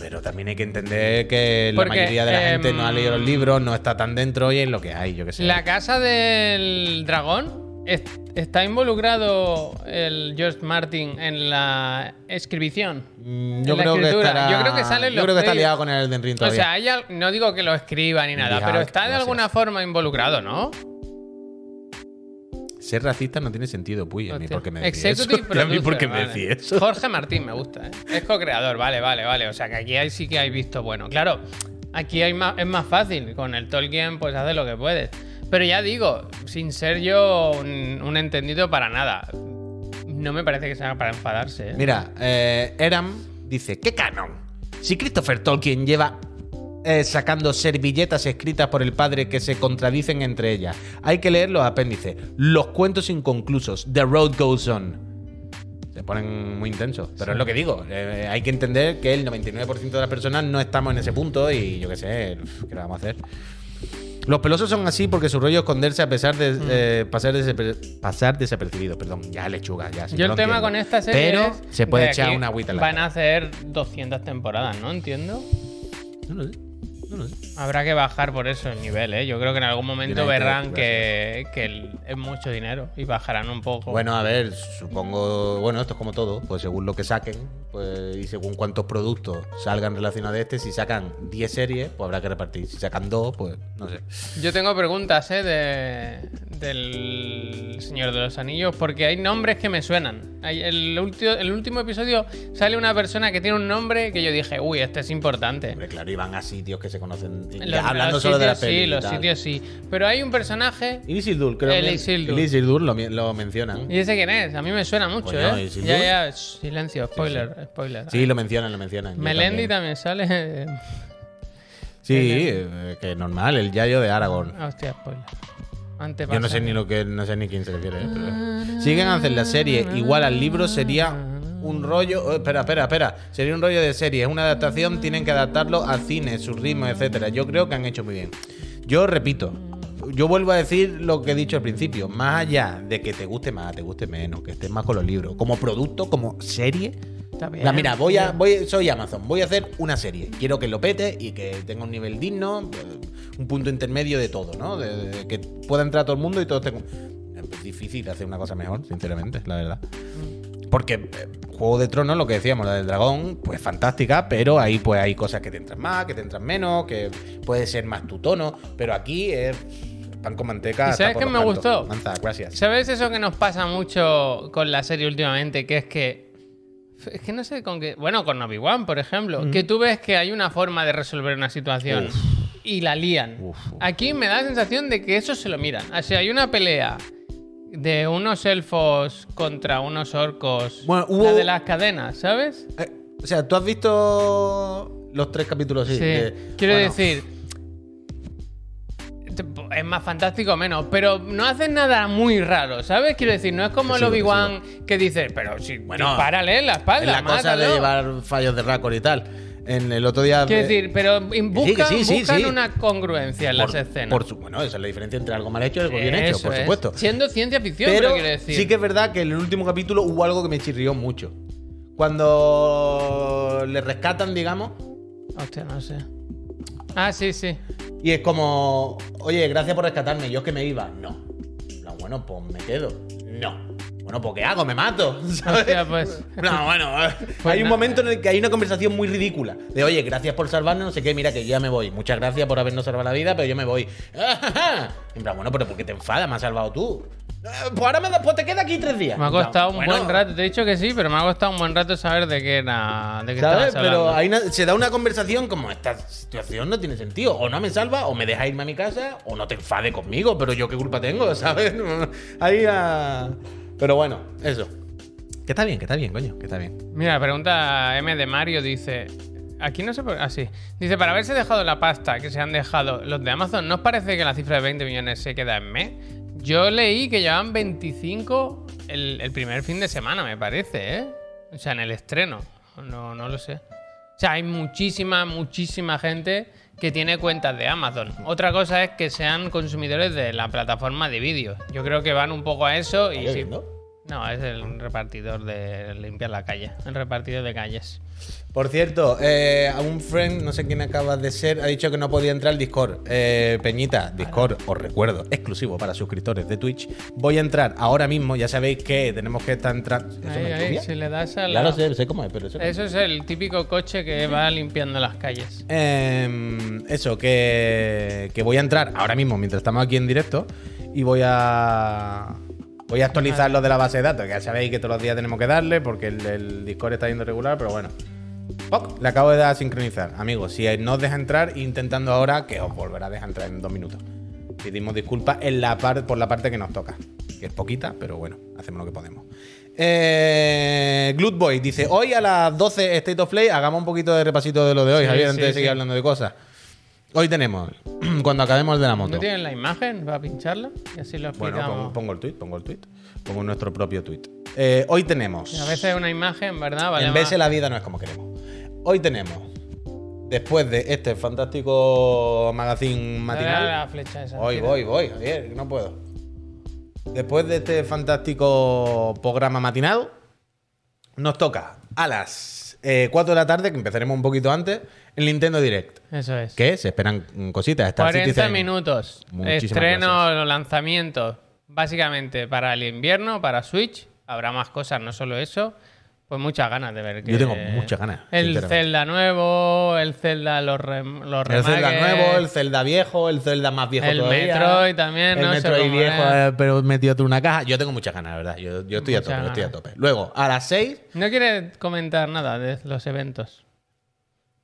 Speaker 1: Pero también hay que entender que la
Speaker 2: Porque,
Speaker 1: mayoría de la
Speaker 2: em,
Speaker 1: gente no ha leído los libros, no está tan dentro y es lo que hay, yo qué sé.
Speaker 2: La casa del dragón. es- ¿Está involucrado el George Martin en la escribición?
Speaker 1: Mm, yo
Speaker 2: la
Speaker 1: creo que
Speaker 2: escritura.
Speaker 1: estará-
Speaker 2: Yo creo que salen
Speaker 1: yo
Speaker 2: los
Speaker 1: creo que está
Speaker 2: trailers.
Speaker 1: liado con el Elden Ring
Speaker 2: O
Speaker 1: todavía.
Speaker 2: sea, hay al- no digo que lo escriba ni nada,
Speaker 1: Indie
Speaker 2: pero
Speaker 1: hack,
Speaker 2: está de
Speaker 1: gracias.
Speaker 2: alguna forma involucrado, ¿no?
Speaker 1: Ser racista no tiene sentido, puy. A mí
Speaker 2: Hostia.
Speaker 1: porque me decís eso.
Speaker 2: Executive
Speaker 1: A mí
Speaker 2: producer,
Speaker 1: porque me
Speaker 2: vale.
Speaker 1: decís eso.
Speaker 2: Jorge Martín me gusta, ¿eh? Es co-creador, vale, vale, vale. O sea que aquí hay- sí que hay visto bueno. Claro, aquí hay más, es más fácil. Con el Tolkien, pues haces lo que puedes. Pero ya digo, sin ser yo un, un entendido para nada. No me parece que sea para enfadarse, ¿eh?
Speaker 1: Mira, eh, Eram dice, ¿qué canon? Si Christopher Tolkien lleva eh, sacando servilletas escritas por el padre que se contradicen entre ellas, hay que leer los apéndices, los cuentos inconclusos, The Road Goes On. Se ponen muy intensos, pero es lo que digo. eh, hay que entender que el 99% de las personas no estamos en ese punto y yo qué sé, uf, ¿qué le vamos a hacer? Los pelosos son así porque su rollo es esconderse a pesar de
Speaker 2: Mm.
Speaker 1: eh, pasar, desaper- pasar desapercibido. Perdón, ya lechuga, ya. sí
Speaker 2: Yo
Speaker 1: que
Speaker 2: el
Speaker 1: lo
Speaker 2: tema
Speaker 1: entiendo.
Speaker 2: con esta serie
Speaker 1: Pero
Speaker 2: es
Speaker 1: se puede
Speaker 2: de
Speaker 1: echar
Speaker 2: aquí
Speaker 1: una agüita en la
Speaker 2: Van
Speaker 1: cara.
Speaker 2: a hacer 200 temporadas, ¿no? Entiendo.
Speaker 1: No lo sé, no lo sé.
Speaker 2: Habrá que bajar por eso el nivel, ¿eh? Yo creo que en algún momento
Speaker 1: United,
Speaker 2: verán que, que el- es mucho dinero y bajarán un poco.
Speaker 1: Bueno, a ver, supongo, bueno, esto es como todo, pues según lo que saquen pues, y según cuántos productos salgan relacionados a este, si sacan 10 series, pues habrá que repartir. Si sacan 2, pues no sé.
Speaker 2: Yo tengo preguntas, ¿eh? De, del Señor de los Anillos, porque hay nombres que me suenan. Hay- el, ulti- el último episodio sale una persona que tiene un nombre que yo dije, uy, este es importante.
Speaker 1: Hombre, claro, y van a sitios que se conocen. y-
Speaker 2: Los-
Speaker 1: ya hablando
Speaker 2: los
Speaker 1: solo de la
Speaker 2: sitios
Speaker 1: peli
Speaker 2: Sí,
Speaker 1: y
Speaker 2: los
Speaker 1: tal.
Speaker 2: sitios sí. Pero hay un personaje.
Speaker 1: Y Isildur, creo
Speaker 2: El Mm.
Speaker 1: que-
Speaker 2: Isildur.
Speaker 1: el Isildur lo, mi- lo mencionan.
Speaker 2: ¿Y ese quién es? A mí me suena mucho,
Speaker 1: Coño,
Speaker 2: ¿eh?
Speaker 1: ¿y Sildur?
Speaker 2: Ya, ya, shh, silencio, spoiler, spoiler.
Speaker 1: Sí, lo mencionan, lo mencionan. yo
Speaker 2: Melendi también, sale.
Speaker 1: Sí, eh, que normal, el Yayo de Aragorn.
Speaker 2: Ah, Hostia, spoiler. Antes
Speaker 1: Yo no sé ni lo que no sé ni quién se refiere. eh, pero- Si quieren hacer la serie igual al libro sería un rollo, oh, espera, espera, espera, sería un rollo de serie, es una adaptación, tienen que adaptarlo al cine, su ritmo, etcétera. Yo creo que han hecho muy bien. Yo repito, yo vuelvo a decir lo que he dicho al principio, más allá de que te guste más, te guste menos, que estés más con los libros, como producto, como serie,
Speaker 2: Está bien,
Speaker 1: la, mira, voy a,
Speaker 2: tío.
Speaker 1: voy, soy Amazon, voy a hacer una serie. Quiero que lo pete y que tenga un nivel digno, eh, un punto intermedio de todo, ¿no? De, de- que pueda entrar todo el mundo y todos tengan. Es difícil hacer una cosa mejor, sinceramente, la verdad.
Speaker 2: Mm.
Speaker 1: Porque eh, Juego de Tronos, lo que decíamos, la del dragón, pues fantástica, pero ahí pues hay cosas que te entran más, que te entran menos, que puede ser más tu tono, pero aquí es pan con manteca.
Speaker 2: ¿Y
Speaker 1: hasta
Speaker 2: sabes
Speaker 1: por
Speaker 2: qué
Speaker 1: los
Speaker 2: me
Speaker 1: cantos.
Speaker 2: gustó?
Speaker 1: Manza, gracias.
Speaker 2: ¿Sabes eso que nos pasa mucho con la serie últimamente? Que es que. Es que no sé con qué. Bueno, con Obi-Wan, por ejemplo.
Speaker 1: Mm.
Speaker 2: Que tú ves que hay una forma de resolver una situación
Speaker 1: Uf.
Speaker 2: y la lían.
Speaker 1: Uf, uf.
Speaker 2: Aquí me da la sensación de que eso se lo miran. O sea, hay una pelea de unos elfos contra unos orcos.
Speaker 1: Bueno,
Speaker 2: La
Speaker 1: hubo-
Speaker 2: de las cadenas, ¿sabes?
Speaker 1: Eh, o sea, tú has visto los tres capítulos, sí.
Speaker 2: Sí.
Speaker 1: de-
Speaker 2: Quiero
Speaker 1: bueno,
Speaker 2: decir. te- Es más fantástico o menos, pero no hacen nada muy raro, ¿sabes? Quiero decir, no es como
Speaker 1: Te
Speaker 2: el
Speaker 1: sigo, te
Speaker 2: Obi-Wan que dice, pero si
Speaker 1: Bueno,
Speaker 2: bueno, párale en la
Speaker 1: Es
Speaker 2: espalda,
Speaker 1: la cosa de
Speaker 2: mátalo".
Speaker 1: llevar fallos de récord y tal. En el otro día.
Speaker 2: Quiero
Speaker 1: eh,
Speaker 2: decir, pero in- buscan,
Speaker 1: sí, sí,
Speaker 2: buscan
Speaker 1: sí.
Speaker 2: una congruencia en
Speaker 1: por-
Speaker 2: las escenas.
Speaker 1: por su- bueno, esa es la diferencia entre algo mal hecho y algo bien hecho,
Speaker 2: Eso
Speaker 1: por
Speaker 2: es.
Speaker 1: supuesto.
Speaker 2: Siendo ciencia ficción, pero,
Speaker 1: Pero
Speaker 2: quiero decir.
Speaker 1: sí que es verdad que en el último capítulo hubo algo que me chirrió mucho. Cuando le rescatan, digamos,
Speaker 2: Hostia, no sé. Ah, sí, sí.
Speaker 1: y es como, oye, gracias por rescatarme, yo es que me iba. No. En plan, Bueno, pues me quedo. No. Bueno, pues ¿qué hago? Me mato. ¿sabes?
Speaker 2: Hostia, pues.
Speaker 1: No, bueno, eh".
Speaker 2: Pues
Speaker 1: hay un
Speaker 2: nada.
Speaker 1: momento en el que hay una conversación muy ridícula. De oye, gracias por salvarnos, no sé qué, mira que yo ya me voy. Muchas gracias por habernos salvado la vida, pero yo me voy. En plan, bueno, pero ¿por qué te enfadas? Me has salvado tú. "Eh, Pues ahora me, pues te queda aquí tres días.
Speaker 2: Me ha
Speaker 1: En plan,
Speaker 2: costado un
Speaker 1: bueno,
Speaker 2: buen rato. Te he dicho que sí, pero me ha costado un buen rato saber de qué era. De qué
Speaker 1: ¿Sabes?
Speaker 2: estabas hablando.
Speaker 1: Pero hay una- se da una conversación como esta situación no tiene sentido. O no me salva, o me deja irme a mi casa, o no te enfades conmigo, pero yo qué culpa tengo, ¿sabes? Ahí ah, Pero bueno, eso. Que está bien, que está bien, coño, que está bien.
Speaker 2: Mira, pregunta M de Mario dice. Aquí no sé por. Así. dice, para haberse dejado la pasta que se han dejado los de Amazon, ¿no os parece que la cifra de 20 millones se queda en mes? Yo leí que llevaban 25 el, el primer fin de semana, me parece, ¿eh? O sea, en el estreno. No, no lo sé. O sea, hay muchísima, muchísima gente que tiene cuentas de Amazon. Otra cosa es que sean consumidores de la plataforma de vídeo. Yo creo que van un poco a eso y
Speaker 1: Está
Speaker 2: sí.
Speaker 1: bien, ¿no?
Speaker 2: No, es el repartidor de limpiar la calle, el repartidor de calles.
Speaker 1: Por cierto, eh, a un friend, no sé quién acaba de ser, ha dicho que no podía entrar al Discord. Eh, Peñita, Discord, os recuerdo, exclusivo para suscriptores de Twitch. Voy a entrar ahora mismo, ya sabéis que tenemos que estar entrando. ¿Eso
Speaker 2: Ahí,
Speaker 1: me
Speaker 2: ahí,
Speaker 1: lluvia?
Speaker 2: si le das a la...
Speaker 1: Ya lo sé, sé cómo es, pero eso.
Speaker 2: Eso es el típico coche que va limpiando las calles.
Speaker 1: Em, eso, que, que voy a entrar ahora mismo, mientras estamos aquí en directo, y voy a. Voy a actualizar lo de la base de datos, que ya sabéis que todos los días tenemos que darle, porque el, el Discord está yendo regular, pero bueno. ¡Poc! Le acabo de dar a sincronizar. Amigos, si no os deja entrar, intentando ahora que os volverá a dejar entrar en dos minutos. Pedimos disculpas en la par- por la parte que nos toca. Que es poquita, pero bueno, hacemos lo que podemos. Eh, Glutboy dice: Hoy a las 12 State of Play, hagamos un poquito de repasito de lo de hoy,
Speaker 2: Sí,
Speaker 1: Javier, antes
Speaker 2: sí,
Speaker 1: de seguir
Speaker 2: sí.
Speaker 1: hablando de cosas. Hoy tenemos, cuando acabemos el de la moto.
Speaker 2: ¿No tienen la imagen? ¿Va a pincharla? Y así lo
Speaker 1: Bueno, pongo,
Speaker 2: explicamos.
Speaker 1: pongo el tweet, pongo el tweet. Pongo nuestro propio tweet. Eh, hoy tenemos.
Speaker 2: A veces una imagen, ¿verdad? Vale
Speaker 1: en vez de
Speaker 2: más.
Speaker 1: la vida no es como queremos. Hoy tenemos Después de este fantástico magazine matinal.
Speaker 2: Dale a la flecha esa.
Speaker 1: Voy,
Speaker 2: tira.
Speaker 1: voy, voy, Javier, no puedo. Después de este fantástico programa matinal, nos toca a las eh, 4 de la tarde, que empezaremos un poquito antes, el Nintendo Direct.
Speaker 2: Eso es.
Speaker 1: Que se esperan mm, cositas. Star
Speaker 2: 40
Speaker 1: Citizen.
Speaker 2: minutos.
Speaker 1: Muchísimas
Speaker 2: Estreno,
Speaker 1: gracias.
Speaker 2: los lanzamientos. Básicamente para el invierno, para Switch. Habrá más cosas, no solo eso. Pues muchas ganas de ver que.
Speaker 1: Yo tengo muchas ganas,
Speaker 2: El
Speaker 1: sinceramente.
Speaker 2: Zelda nuevo, el Zelda, los, rem, los
Speaker 1: El Zelda
Speaker 2: remakes,
Speaker 1: nuevo, el Zelda viejo, el Zelda más viejo
Speaker 2: El
Speaker 1: todavía.
Speaker 2: Metroid también,
Speaker 1: El
Speaker 2: no sé
Speaker 1: Metroid
Speaker 2: cómo
Speaker 1: viejo,
Speaker 2: es.
Speaker 1: eh, pero metido en una caja. Yo tengo muchas ganas, la verdad. Yo, yo estoy a tope,
Speaker 2: Muchas
Speaker 1: yo estoy a
Speaker 2: ganas.
Speaker 1: tope. Luego, a las 6.
Speaker 2: No quiere comentar nada de los eventos.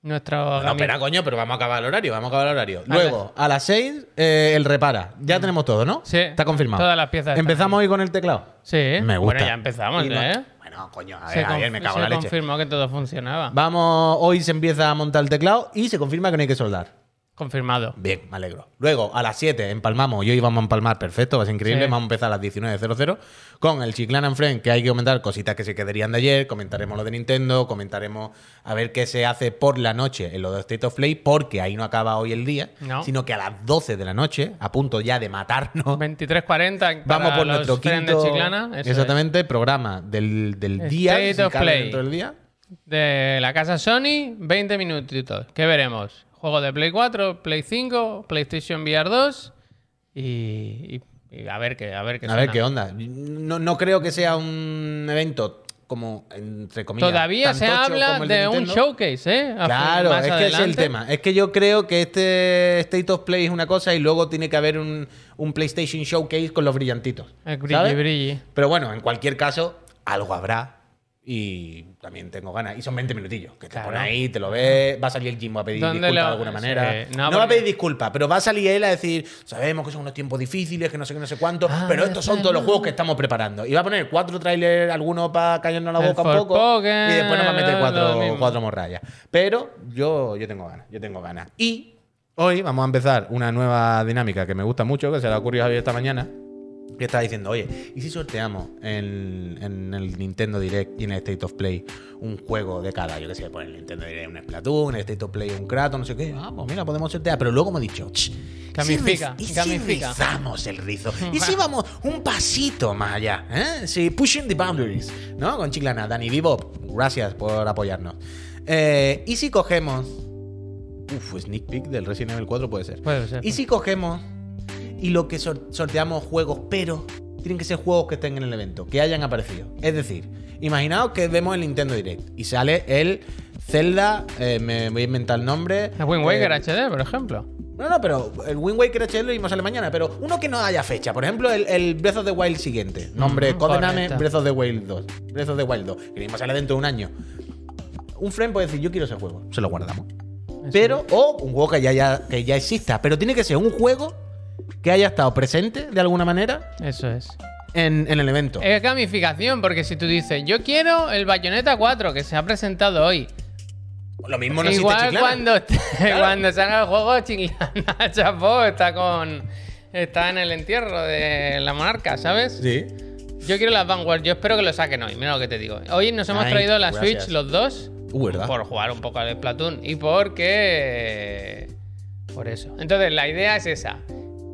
Speaker 2: Nuestro.
Speaker 1: No,
Speaker 2: amigo-
Speaker 1: espera, coño, pero vamos a acabar el horario, vamos a acabar el horario. Luego, a las 6, el repara. Ya tenemos todo, ¿no?
Speaker 2: Mm. Sí.
Speaker 1: Está confirmado.
Speaker 2: Todas las piezas están
Speaker 1: Empezamos hoy con el teclado.
Speaker 2: Sí.
Speaker 1: Me gusta.
Speaker 2: Bueno, ya empezamos,
Speaker 1: Y no-
Speaker 2: ¿eh?
Speaker 1: Bueno, coño, a
Speaker 2: Se
Speaker 1: ver, Javier, me
Speaker 2: conf-
Speaker 1: cago en
Speaker 2: se
Speaker 1: la leche.
Speaker 2: confirmó que todo funcionaba.
Speaker 1: Vamos, hoy se empieza a montar el teclado y se confirma que no hay que soldar.
Speaker 2: Confirmado.
Speaker 1: Bien, me alegro. Luego, a las 7 empalmamos. Yo íbamos a empalmar, perfecto, va a ser increíble.
Speaker 2: Sí.
Speaker 1: Vamos a empezar a las 19.00 con el Chiclan and Friend, que hay que comentar cositas que se quedarían de ayer. Comentaremos lo de Nintendo, comentaremos a ver qué se hace por la noche en lo de State of Play, porque ahí no acaba hoy el día,
Speaker 2: No.
Speaker 1: sino que a las 12 de la noche, a punto ya de matarnos,
Speaker 2: 23.40.
Speaker 1: vamos
Speaker 2: para
Speaker 1: por
Speaker 2: los
Speaker 1: nuestro
Speaker 2: friends
Speaker 1: quinto
Speaker 2: De Chiclana, eso es.
Speaker 1: exactamente, programa del, del día,
Speaker 2: State
Speaker 1: si
Speaker 2: of
Speaker 1: cabe
Speaker 2: Play.
Speaker 1: dentro del día.
Speaker 2: De la casa Sony, 20 minutitos. ¿Qué veremos? Juegos de Play 4, Play 5, PlayStation VR 2 y, y- y a ver qué, a ver qué
Speaker 1: A ver
Speaker 2: suena.
Speaker 1: qué onda. No, no creo que sea un evento como, entre comillas,
Speaker 2: Todavía
Speaker 1: tan
Speaker 2: se
Speaker 1: tocho
Speaker 2: habla
Speaker 1: como
Speaker 2: de,
Speaker 1: el de
Speaker 2: un
Speaker 1: Nintendo.
Speaker 2: showcase, ¿eh? A-
Speaker 1: Claro,
Speaker 2: más
Speaker 1: es que ese es el
Speaker 2: adelante.
Speaker 1: tema. Es que yo creo que este State of Play es una cosa y luego tiene que haber un, un PlayStation Showcase con los brillantitos.
Speaker 2: El brilli,
Speaker 1: ¿sabes?
Speaker 2: brilli.
Speaker 1: Pero bueno, en cualquier caso, algo habrá y también tengo ganas. Y son 20 minutillos. Que te
Speaker 2: Claro.
Speaker 1: pones ahí, te lo ves, va a salir el Jimbo a pedir
Speaker 2: ¿Dónde
Speaker 1: disculpas
Speaker 2: lo-
Speaker 1: de alguna manera.
Speaker 2: Sí, no,
Speaker 1: No, va a
Speaker 2: porque-
Speaker 1: pedir disculpas, pero va a salir él a decir, sabemos que son unos tiempos difíciles, que no sé qué, no sé cuánto,
Speaker 2: Ah,
Speaker 1: pero estos son todos los
Speaker 2: espera.
Speaker 1: juegos que estamos preparando. Y va a poner cuatro trailers, alguno para callarnos la
Speaker 2: El
Speaker 1: boca un poco.
Speaker 2: Forspoken,
Speaker 1: Y después nos va a meter
Speaker 2: lo
Speaker 1: cuatro,
Speaker 2: mismo.
Speaker 1: cuatro morrayas. Pero yo, yo tengo ganas, yo tengo ganas. Y hoy vamos a empezar una nueva dinámica que me gusta mucho, que se la ocurrió a Javier esta mañana. Que está diciendo, oye, ¿y si sorteamos en, en el Nintendo Direct y en el State of Play un juego de cada? Yo qué sé, pues en el Nintendo Direct un Splatoon, en el State of Play un Kratos, no sé qué. Ah, pues mira, podemos sortear. Pero luego hemos dicho, "Ch,
Speaker 2: Gamifica,
Speaker 1: ¿y si riz-
Speaker 2: gamifica.
Speaker 1: ¿Y si rizamos el rizo? ¿Y si vamos un pasito más allá? ¿eh? Sí, pushing the boundaries, ¿no? Con Chiclana, Dani Bebop, gracias por apoyarnos. Eh, ¿Y si cogemos... Uf, sneak peek del Resident Evil 4 puede ser.
Speaker 2: Puede ser.
Speaker 1: ¿Y si cogemos y lo que sor- sorteamos juegos, pero tienen que ser juegos que estén en el evento, que hayan aparecido? Es decir, imaginaos que vemos el Nintendo Direct y sale el Zelda, eh, me voy a inventar el nombre.
Speaker 2: El Ah, Wind
Speaker 1: eh,
Speaker 2: Waker HD, por ejemplo.
Speaker 1: No, no, pero el Wind Waker HD lo mismo sale mañana, pero uno que no haya fecha. Por ejemplo, el, el Breath of the Wild siguiente. Nombre,
Speaker 2: Mm,
Speaker 1: Codename,
Speaker 2: correcto.
Speaker 1: Breath of the Wild 2. Breath of the Wild 2. Que mismo sale dentro de un año. Un friend puede decir, yo quiero ese juego. Se lo guardamos. Pero, o un juego que ya, ya- que ya exista. Pero tiene que ser un juego que haya estado presente de alguna manera
Speaker 2: Eso es.
Speaker 1: en, en el evento.
Speaker 2: Es gamificación, porque si tú dices, yo quiero el Bayonetta 4 que se ha presentado hoy.
Speaker 1: Lo mismo no existe
Speaker 2: Igual
Speaker 1: Chiclana.
Speaker 2: cuando, cuando salga el juego, Chiclana Chapó está con. Está en el entierro de la monarca, ¿sabes?
Speaker 1: Sí.
Speaker 2: Yo quiero las Vanguard, yo espero que lo saquen hoy, mira lo que te digo. Hoy nos hemos
Speaker 1: Ay,
Speaker 2: traído la
Speaker 1: gracias.
Speaker 2: Switch los dos
Speaker 1: Uh, ¿verdad?
Speaker 2: por jugar un poco al Splatoon y porque por eso. Entonces, la idea es esa,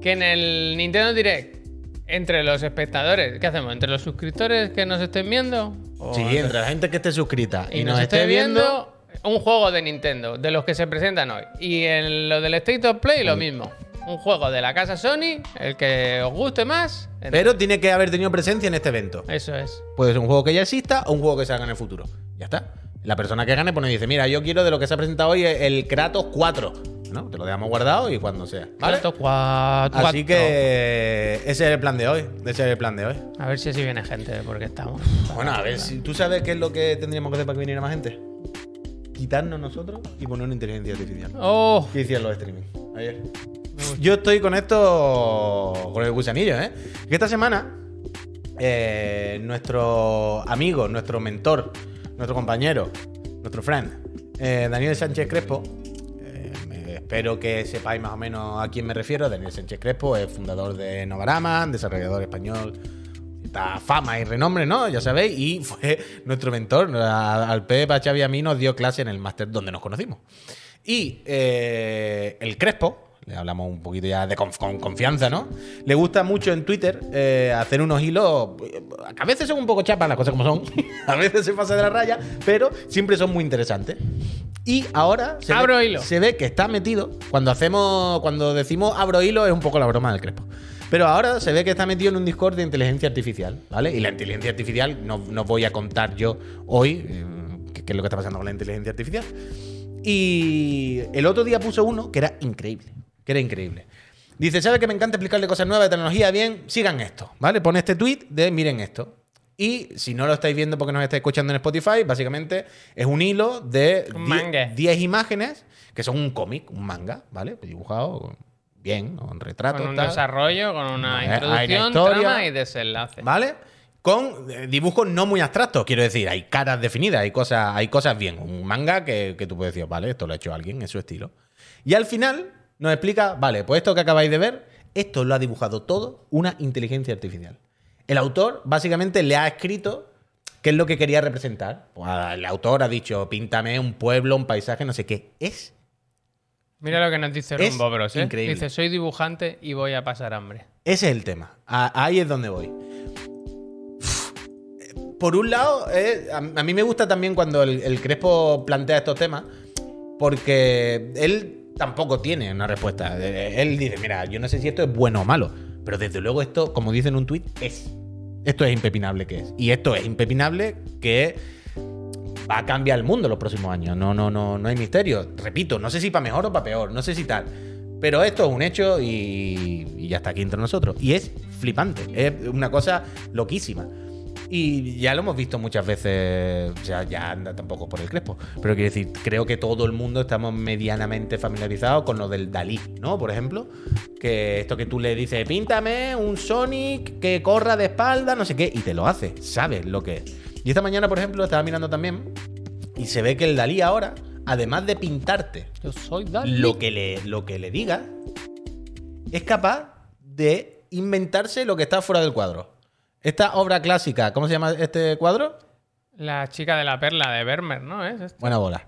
Speaker 2: que en el Nintendo Direct entre los espectadores, ¿qué hacemos? ¿Entre los suscriptores que nos estén viendo? ¿O
Speaker 1: Sí, entre la gente que esté suscrita y,
Speaker 2: y nos esté viendo un juego de Nintendo, de los que se presentan hoy. Y en lo del State of Play,
Speaker 1: Mm.
Speaker 2: lo mismo. Un juego de la casa Sony, el que os guste más.
Speaker 1: Pero tiene que haber tenido presencia en este evento.
Speaker 2: Eso es.
Speaker 1: Puede ser un juego que ya exista o un juego que salga en el futuro. Ya está. La persona que gane pone y dice, mira, yo quiero de lo que se ha presentado hoy el Kratos 4. ¿No? Te lo dejamos guardado y cuando sea. ¿vale?
Speaker 2: Tanto cua-
Speaker 1: Así
Speaker 2: cuatro.
Speaker 1: que ese es el plan de hoy. Ese es el plan de hoy.
Speaker 2: A ver si así viene gente, porque estamos.
Speaker 1: Bueno, a ver, si tú sabes qué es lo que tendríamos que hacer para que viniera más gente. Quitarnos nosotros y poner una inteligencia artificial.
Speaker 2: ¡Oh!
Speaker 1: ¿Qué hicieron los streaming ayer? Yo estoy con esto, con el gusanillo, ¿eh? Que esta semana, eh, nuestro amigo, nuestro mentor, nuestro compañero, nuestro friend, eh, Daniel Sánchez Crespo, eh, me- espero que sepáis más o menos a quién me refiero. Daniel Sánchez Crespo es fundador de Novarama, desarrollador español cierta fama y renombre, ¿no? Ya sabéis, y fue nuestro mentor. A- Al Pep, a Xavi y a mí nos dio clase en el máster donde nos conocimos. Y eh, el Crespo, le hablamos un poquito ya de conf- con confianza, ¿no? Le gusta mucho en Twitter eh, hacer unos hilos. eh, que A veces son un poco chapas las cosas como son. A veces se pasa de la raya, pero siempre son muy interesantes. Y ahora se,
Speaker 2: Abro
Speaker 1: ve,
Speaker 2: hilo.
Speaker 1: se ve que está metido. Cuando hacemos. Cuando decimos abro hilo es un poco la broma del Crespo. Pero ahora se ve que está metido en un Discord de inteligencia artificial, ¿vale? Y la inteligencia artificial, no, no voy a contar yo hoy eh, qué- qué es lo que está pasando con la inteligencia artificial. Y el otro día puso uno que era increíble. Que era increíble. Dice, ¿sabe que me encanta explicarle cosas nuevas de tecnología? Bien, sigan esto, ¿vale? Pone este tweet de miren esto. Y si no lo estáis viendo porque nos estáis escuchando en Spotify, básicamente es un hilo de
Speaker 2: Un
Speaker 1: die-
Speaker 2: manga.
Speaker 1: 10 imágenes que son un cómic, un manga, ¿vale? Dibujado bien, con retratos,
Speaker 2: Con un
Speaker 1: tal,
Speaker 2: desarrollo, con una
Speaker 1: Hay una
Speaker 2: introducción,
Speaker 1: historia.
Speaker 2: trama y desenlace.
Speaker 1: ¿vale? Con eh, dibujos no muy abstractos, quiero decir, hay caras definidas, hay cosas, hay cosas bien. Un manga que, que tú puedes decir, vale, esto lo ha hecho alguien en su estilo. Y al final nos explica, vale, pues esto que acabáis de ver, esto lo ha dibujado todo una inteligencia artificial. El autor básicamente le ha escrito qué es lo que quería representar. Pues, el autor ha dicho, píntame un pueblo, un paisaje, no sé qué. Es
Speaker 2: Mira lo que nos dice
Speaker 1: Es
Speaker 2: Rumbo Bros. ¿eh?
Speaker 1: increíble.
Speaker 2: Dice, soy dibujante y voy a pasar hambre.
Speaker 1: Ese es el tema. A- ahí es donde voy. Uf. Por un lado, eh, a, a mí me gusta también cuando el, el Crespo plantea estos temas, porque él tampoco tiene una respuesta. Eh, Él dice, mira, yo no sé si esto es bueno o malo, pero desde luego esto, como dice en un tuit, es. Esto es impepinable que es. Y esto es impepinable que va a cambiar el mundo los próximos años. No, no, no, no hay misterio. Repito, no sé si para mejor o para peor, no sé si tal. Pero esto es un hecho y, y ya está aquí entre nosotros. Y es flipante, es una cosa loquísima. Y ya lo hemos visto muchas veces, o sea, ya anda tampoco por el Crespo. Pero quiero decir, creo que todo el mundo estamos medianamente familiarizados con lo del Dalí, ¿no? Por ejemplo, que esto que tú le dices, píntame un Sonic que corra de espalda, no sé qué, y te lo hace, sabes lo que es. Y esta mañana, por ejemplo, estaba mirando también y se ve que el Dalí ahora, además de pintarte
Speaker 2: Yo soy Dalí.
Speaker 1: lo que le, lo que le diga, es capaz de inventarse lo que está fuera del cuadro. Esta obra clásica, ¿cómo se llama este cuadro?
Speaker 2: La chica de la perla de Vermeer, ¿no? ¿Es esto?
Speaker 1: Buena bola.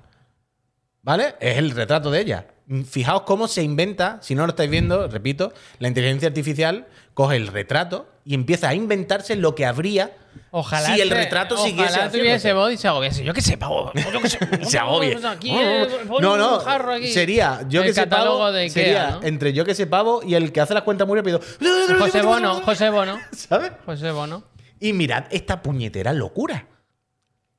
Speaker 1: ¿Vale? Es el retrato de ella. Fijaos cómo se inventa, si no lo estáis viendo, repito, la inteligencia artificial coge el retrato y empieza a inventarse lo que habría
Speaker 2: Ojalá
Speaker 1: si el
Speaker 2: te-
Speaker 1: retrato
Speaker 2: ojalá
Speaker 1: siguiese
Speaker 2: tuviese
Speaker 1: haciéndose.
Speaker 2: voz y se agobiase. Yo qué sé, pavo. Yo qué sé.
Speaker 1: se agobie.
Speaker 2: Aquí,
Speaker 1: Oh,
Speaker 2: eh, pon
Speaker 1: no,
Speaker 2: un
Speaker 1: no.
Speaker 2: jarro aquí.
Speaker 1: Sería yo
Speaker 2: El
Speaker 1: que sé
Speaker 2: catálogo
Speaker 1: pavo.
Speaker 2: de Ikea,
Speaker 1: sería
Speaker 2: ¿no?
Speaker 1: entre yo que sé pavo y el que hace las cuentas muy rápido.
Speaker 2: José Bono, José Bono.
Speaker 1: ¿Sabes?
Speaker 2: José Bono.
Speaker 1: Y mirad esta puñetera locura.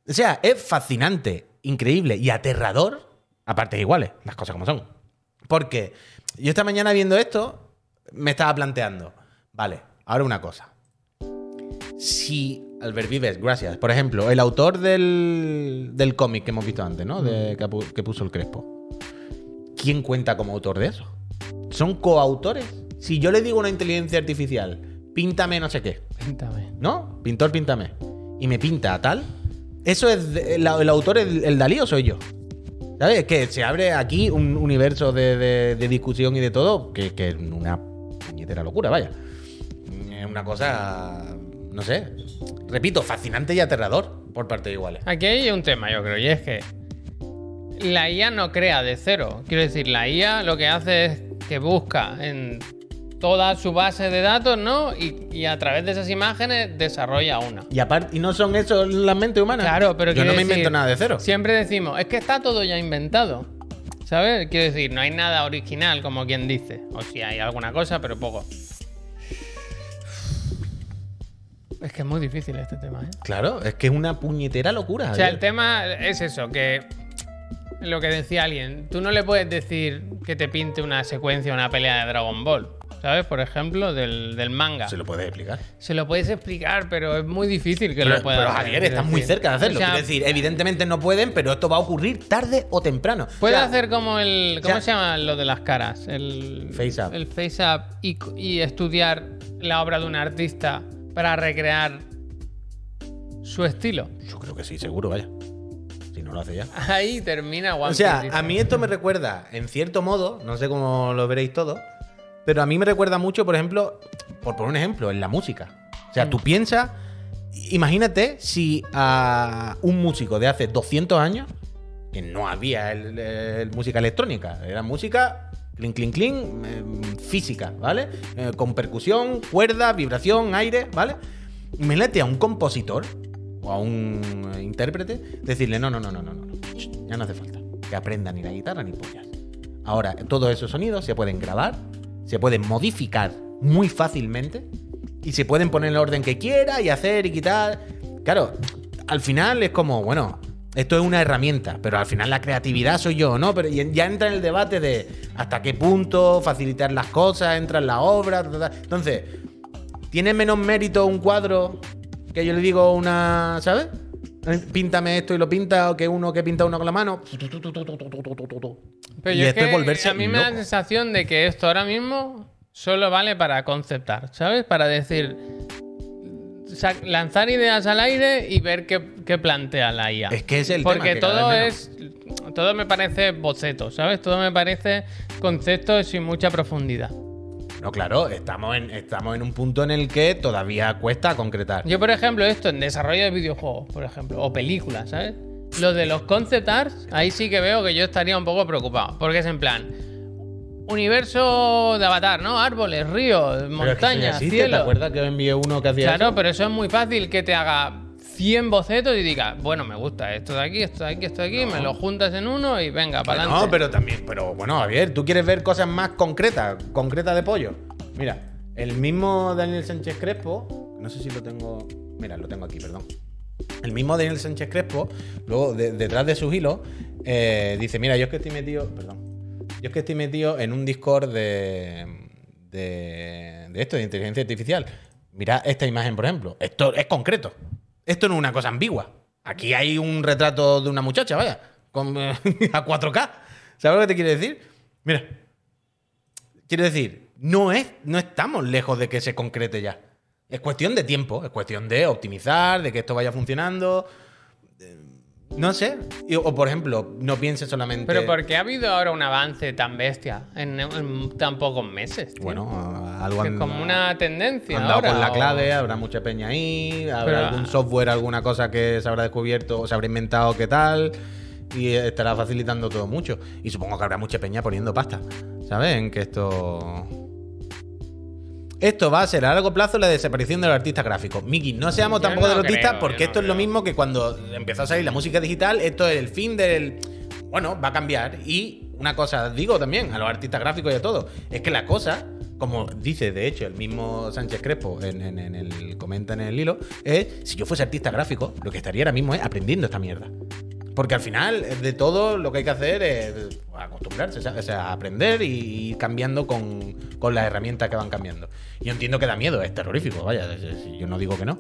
Speaker 1: O sea, es fascinante, increíble y aterrador. Aparte iguales, las cosas como son. Porque yo esta mañana viendo esto, me estaba planteando, vale, ahora una cosa. Si Albert Vives, gracias, por ejemplo, el autor del, del cómic que hemos visto antes, ¿no? De, que, ha pu- que puso el Crespo. ¿Quién cuenta como autor de eso? Son coautores. Si yo le digo a una inteligencia artificial, píntame no sé qué,
Speaker 2: Cuéntame.
Speaker 1: ¿no? Pintor, píntame. Y me pinta a tal. Eso es. de- el, el autor es el Dalí o soy yo. ¿Sabes? Que se abre aquí un universo de, de- de discusión y de todo que, que es una puñetera locura, vaya. Es una cosa. No sé. Repito, fascinante y aterrador por parte de iguales.
Speaker 2: Aquí hay un tema, yo creo, y es que la IA no crea de cero. Quiero decir, la IA lo que hace es que busca en toda su base de datos, ¿no? Y, y a través de esas imágenes desarrolla una.
Speaker 1: Y aparte, y no son eso las mentes humanas.
Speaker 2: Claro, pero
Speaker 1: Yo no
Speaker 2: quiero
Speaker 1: me
Speaker 2: decir,
Speaker 1: invento nada de cero.
Speaker 2: Siempre decimos, es que está todo ya inventado. ¿Sabes? Quiero decir, no hay nada original, como quien dice. O si hay alguna cosa, pero poco. Es que es muy difícil este tema, ¿eh?
Speaker 1: Claro, es que es una puñetera locura.
Speaker 2: O sea, el
Speaker 1: Javier.
Speaker 2: tema es eso, que lo que decía alguien, tú no le puedes decir que te pinte una secuencia, una pelea de Dragon Ball, ¿sabes? Por ejemplo, del, del manga.
Speaker 1: Se lo puedes explicar.
Speaker 2: Se lo puedes explicar, pero es muy difícil que
Speaker 1: pero,
Speaker 2: lo puedas
Speaker 1: pero,
Speaker 2: hacer,
Speaker 1: Javier,
Speaker 2: quiero
Speaker 1: estás muy
Speaker 2: decir.
Speaker 1: cerca de hacerlo.
Speaker 2: O sea,
Speaker 1: Quiero decir, evidentemente no pueden, pero esto va a ocurrir tarde o temprano. O
Speaker 2: Puede
Speaker 1: sea,
Speaker 2: hacer como el.
Speaker 1: o
Speaker 2: ¿Cómo
Speaker 1: sea-
Speaker 2: se llama lo de las caras? El
Speaker 1: Face up.
Speaker 2: El face up y, y estudiar la obra de un artista para recrear su estilo.
Speaker 1: Yo creo que sí, seguro, vaya. Si no lo hace ya.
Speaker 2: Ahí termina One
Speaker 1: O sea,
Speaker 2: Piece,
Speaker 1: a
Speaker 2: dice.
Speaker 1: mí esto me recuerda, en cierto modo, no sé cómo lo veréis todos, pero a mí me recuerda mucho, por ejemplo, por poner un ejemplo, en la música. O
Speaker 2: Mm.
Speaker 1: sea, tú piensas, imagínate si a un músico de hace 200 años que no había el- el música electrónica, era música clink, clink, clink, eh, física, ¿vale? Eh, con percusión, cuerda, vibración, aire, ¿vale? Me late a un compositor o a un eh, intérprete decirle, no, no, no, no, no, no, ch, ya no hace falta que aprenda ni la guitarra ni pollas. Ahora, todos esos sonidos se pueden grabar, se pueden modificar muy fácilmente y se pueden poner en el orden que quiera y hacer y quitar. Claro, al final es como, bueno, esto es una herramienta, pero al final la creatividad soy yo, ¿no? Pero y ya entra en el debate de hasta qué punto facilitar las cosas, entra en la obra, ta, ta, ta. entonces, ¿tiene menos mérito un cuadro que yo le digo una, ¿sabes? Eh, Píntame esto y lo pinta, o que uno que pinta uno con la mano.
Speaker 2: Pero
Speaker 1: Y
Speaker 2: yo es
Speaker 1: esto es
Speaker 2: que
Speaker 1: volverse
Speaker 2: a mí me da la
Speaker 1: loco.
Speaker 2: sensación de que esto ahora mismo solo vale para conceptar, ¿sabes? Para decir, sa- lanzar ideas al aire y ver qué, qué plantea la IA.
Speaker 1: Es que es el tema,
Speaker 2: Porque
Speaker 1: que cada
Speaker 2: todo
Speaker 1: vez menos.
Speaker 2: es, todo me parece boceto, ¿sabes? Todo me parece conceptos sin mucha profundidad.
Speaker 1: No, claro, estamos en, estamos en un punto en el que todavía cuesta concretar.
Speaker 2: Yo, por ejemplo, esto en desarrollo de videojuegos, por ejemplo, o películas, ¿sabes? Lo de los concept arts, ahí sí que veo que yo estaría un poco preocupado, porque es en plan universo de Avatar, ¿no? Árboles,
Speaker 1: Pero es
Speaker 2: ríos,
Speaker 1: que eso ya
Speaker 2: montañas,
Speaker 1: existe, ¿Te
Speaker 2: cielo.
Speaker 1: acuerdas que envié uno que hacía
Speaker 2: Claro, pero eso es muy fácil que te haga 100 bocetos y diga, bueno, me gusta esto de aquí, esto de aquí, esto de aquí, me lo juntas en uno y venga, para
Speaker 1: eso?
Speaker 2: adelante.
Speaker 1: No, pero también, pero bueno, Javier, tú quieres ver cosas más concretas, concretas de pollo. Mira, el mismo Daniel Sánchez Crespo, no sé si lo tengo, mira, lo tengo aquí, perdón. El mismo Daniel Sánchez Crespo, luego de- detrás de sus hilos, eh, dice, mira, yo es que estoy metido, perdón, yo es que estoy metido en un Discord de, de, de esto, de inteligencia artificial. Mira esta imagen, por ejemplo. Esto es concreto. Esto no es una cosa ambigua. Aquí hay un retrato de una muchacha, vaya, con, eh, a 4K. ¿Sabes lo que te quiero decir? Mira. Quiero decir, no, es, no estamos lejos de que se concrete ya. Es cuestión de tiempo, es cuestión de optimizar, de que esto vaya funcionando. Eh, No sé. Y- O, por ejemplo, no pienses solamente.
Speaker 2: Pero ¿por qué ha habido ahora un avance tan bestia en, en tan pocos meses? tío?
Speaker 1: Bueno, a- algo
Speaker 2: Que es
Speaker 1: han-
Speaker 2: como una tendencia.
Speaker 1: andado
Speaker 2: ahora,
Speaker 1: con la
Speaker 2: o-
Speaker 1: clave, habrá mucha peña ahí, habrá
Speaker 2: Pero-
Speaker 1: algún software, alguna cosa que se habrá descubierto o se habrá inventado qué tal. Y estará facilitando todo mucho. Y supongo que habrá mucha peña poniendo pasta. ¿Saben? Que esto. Esto va a ser a largo plazo la desaparición de los artistas gráficos. Miki, no seamos
Speaker 2: Yo
Speaker 1: tampoco
Speaker 2: no
Speaker 1: de los artistas
Speaker 2: creo,
Speaker 1: porque
Speaker 2: yo no
Speaker 1: esto es lo
Speaker 2: creo.
Speaker 1: mismo que cuando empezó a salir la música digital. Esto es el fin del. Bueno, va a cambiar. Y una cosa digo también a los artistas gráficos y a todos: es que la cosa, como dice de hecho el mismo Sánchez Crespo en, en- en el comenta en el hilo, es: si yo fuese artista gráfico, lo que estaría ahora mismo es aprendiendo esta mierda. Porque al final, eh, de todo, lo que hay que hacer es acostumbrarse, o sea, aprender y ir cambiando con, con las herramientas que van cambiando. Yo entiendo que da miedo, es terrorífico, vaya, es- es- yo no digo que no.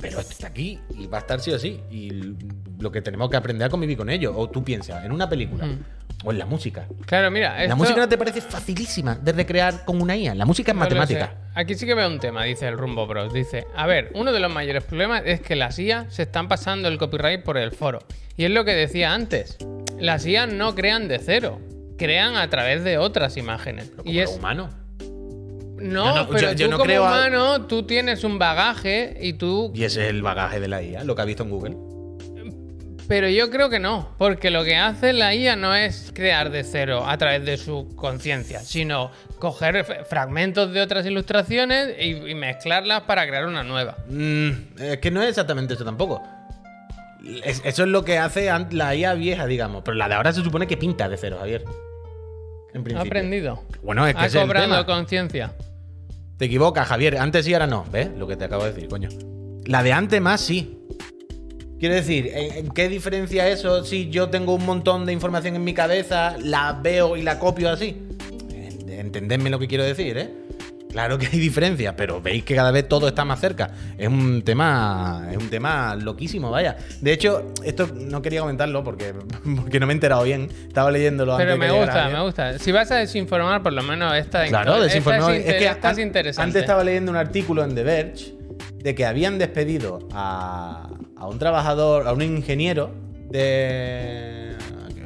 Speaker 1: Pero esto está aquí y va a estar sí o sí. Y l- lo que tenemos que aprender a convivir con ello. O tú piensas en una película
Speaker 2: Mm.
Speaker 1: o en la música.
Speaker 2: Claro, mira,
Speaker 1: La
Speaker 2: esto-
Speaker 1: música no te parece facilísima de recrear con una IA. La música es
Speaker 2: no lo
Speaker 1: matemática.
Speaker 2: sé. Aquí sí que veo un tema, dice el Rumbo Bros. Dice, a ver, uno de los mayores problemas es que las IA se están pasando el copyright por el foro. Y es lo que decía antes. Las IA no crean de cero, crean a través de otras imágenes.
Speaker 1: Pero como
Speaker 2: Y
Speaker 1: los
Speaker 2: es
Speaker 1: humanos.
Speaker 2: no,
Speaker 1: Yo no-
Speaker 2: pero
Speaker 1: yo- yo
Speaker 2: tú
Speaker 1: no
Speaker 2: como
Speaker 1: creo a-
Speaker 2: humano, tú tienes un bagaje y tú
Speaker 1: Y ese es el bagaje de la IA, lo que ha visto en Google.
Speaker 2: Pero yo creo que no, porque lo que hace la IA no es crear de cero a través de su conciencia, sino coger f- fragmentos de otras ilustraciones y, y mezclarlas para crear una nueva.
Speaker 1: Mm, es que no es exactamente eso tampoco. Es- eso es lo que hace an- la IA vieja, digamos. Pero la de ahora se supone que pinta de cero, Javier. En
Speaker 2: Ha
Speaker 1: principio.
Speaker 2: aprendido.
Speaker 1: Bueno, es que
Speaker 2: Ha
Speaker 1: ese es el tema.
Speaker 2: cobrado conciencia.
Speaker 1: Te equivocas, Javier. Antes sí, ahora no. ¿Ves? Lo que te acabo de decir, coño. La de antes más sí. Quiero decir, ¿en, en qué diferencia eso si yo tengo un montón de información en mi cabeza, la veo y la copio así? En- Entendedme lo que quiero decir, ¿eh? Claro que hay diferencias, pero veis que cada vez todo está más cerca. Es un tema, es un tema loquísimo, vaya. De hecho, esto no quería comentarlo porque, porque no me he enterado bien. Estaba leyéndolo
Speaker 2: Pero
Speaker 1: antes de
Speaker 2: me
Speaker 1: que llegara
Speaker 2: gusta,
Speaker 1: Javier.
Speaker 2: me gusta. Si vas a desinformar, por lo menos esta
Speaker 1: Claro,
Speaker 2: esta
Speaker 1: desinformado.
Speaker 2: Es,
Speaker 1: Es,
Speaker 2: inter-
Speaker 1: que
Speaker 2: esta es
Speaker 1: an-
Speaker 2: interesante.
Speaker 1: antes estaba leyendo un artículo en The Verge de que habían despedido a, a un trabajador, a un ingeniero de.